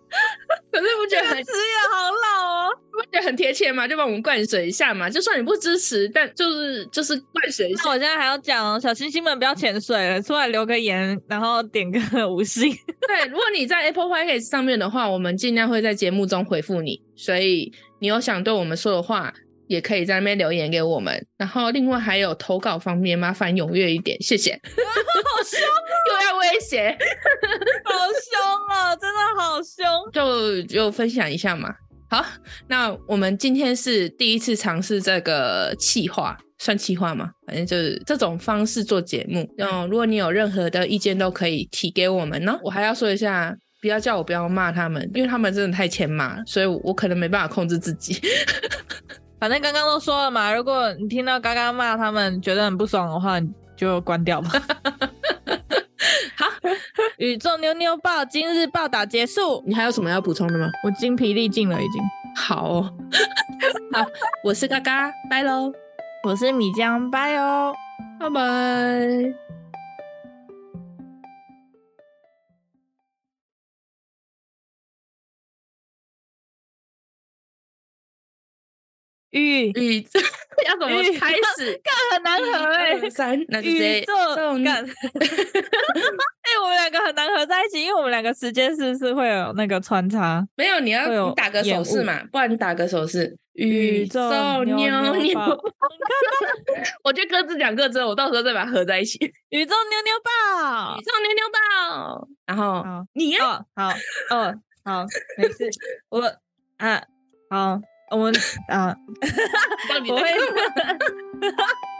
Speaker 3: 可是不觉
Speaker 4: 这
Speaker 3: 得
Speaker 4: 个
Speaker 3: 很
Speaker 4: 词也好老哦。
Speaker 3: 不觉得很贴切吗？就帮我们灌水一下嘛。就算你不支持，但就是就是灌水一
Speaker 4: 那
Speaker 3: 下
Speaker 4: 我。现在还要讲哦，小星星们不要潜水了，出来留个言，然后点个 五星。
Speaker 3: 对，如果你在 Apple Podcast 上面的话，我们尽量会在节目中回复你，所以你有想对我们说的话，也可以在那边留言给我们。然后另外还有投稿方面，麻烦踊跃一点，谢 谢。
Speaker 4: 好凶，
Speaker 3: 又要威胁，
Speaker 4: 好凶哦，真的好凶。
Speaker 3: 就就分享一下嘛。好，那我们今天是第一次尝试这个企划，算企划吗？反正就是这种方式做节目。嗯，如果你有任何的意见，都可以提给我们哦呢。我还要说一下。不要叫我不要骂他们，因为他们真的太欠骂了，所以我可能没办法控制自己。
Speaker 4: 反正刚刚都说了嘛，如果你听到刚刚骂他们觉得很不爽的话，你就关掉吧。
Speaker 3: 好，
Speaker 4: 宇宙妞妞报今日报道结束，
Speaker 3: 你还有什么要补充的吗？
Speaker 4: 我精疲力尽了已经。
Speaker 3: 好、哦， 好，我是嘎嘎，拜喽，
Speaker 4: 我是米江，拜哦。
Speaker 3: 拜拜。
Speaker 4: 玉
Speaker 3: 宇宙 欸要怎么
Speaker 4: 宇宙
Speaker 3: 开 始？
Speaker 4: 干很难合哎、
Speaker 3: 一二三，那就直接
Speaker 4: 宇宙
Speaker 3: 送
Speaker 4: 干，哎、我们两个很难合在一起，因为我们两个时间是不是会有那个穿插？
Speaker 3: 没有，你要
Speaker 4: 会有
Speaker 3: 你打个手势嘛，不然你打个手势。
Speaker 4: 宇宙
Speaker 3: 宙
Speaker 4: 妞
Speaker 3: 妞
Speaker 4: 妞报
Speaker 3: 我就各自讲各自，我到时候再把它合在一起。宇
Speaker 4: 宇宙妞妞报，
Speaker 3: 宙妞妞报，然后
Speaker 4: 好，
Speaker 3: 你要
Speaker 4: 哦，好，哦，好，没事，我啊，好，我们啊，
Speaker 3: 到底
Speaker 4: 我
Speaker 3: 在
Speaker 4: 会
Speaker 3: 干嘛。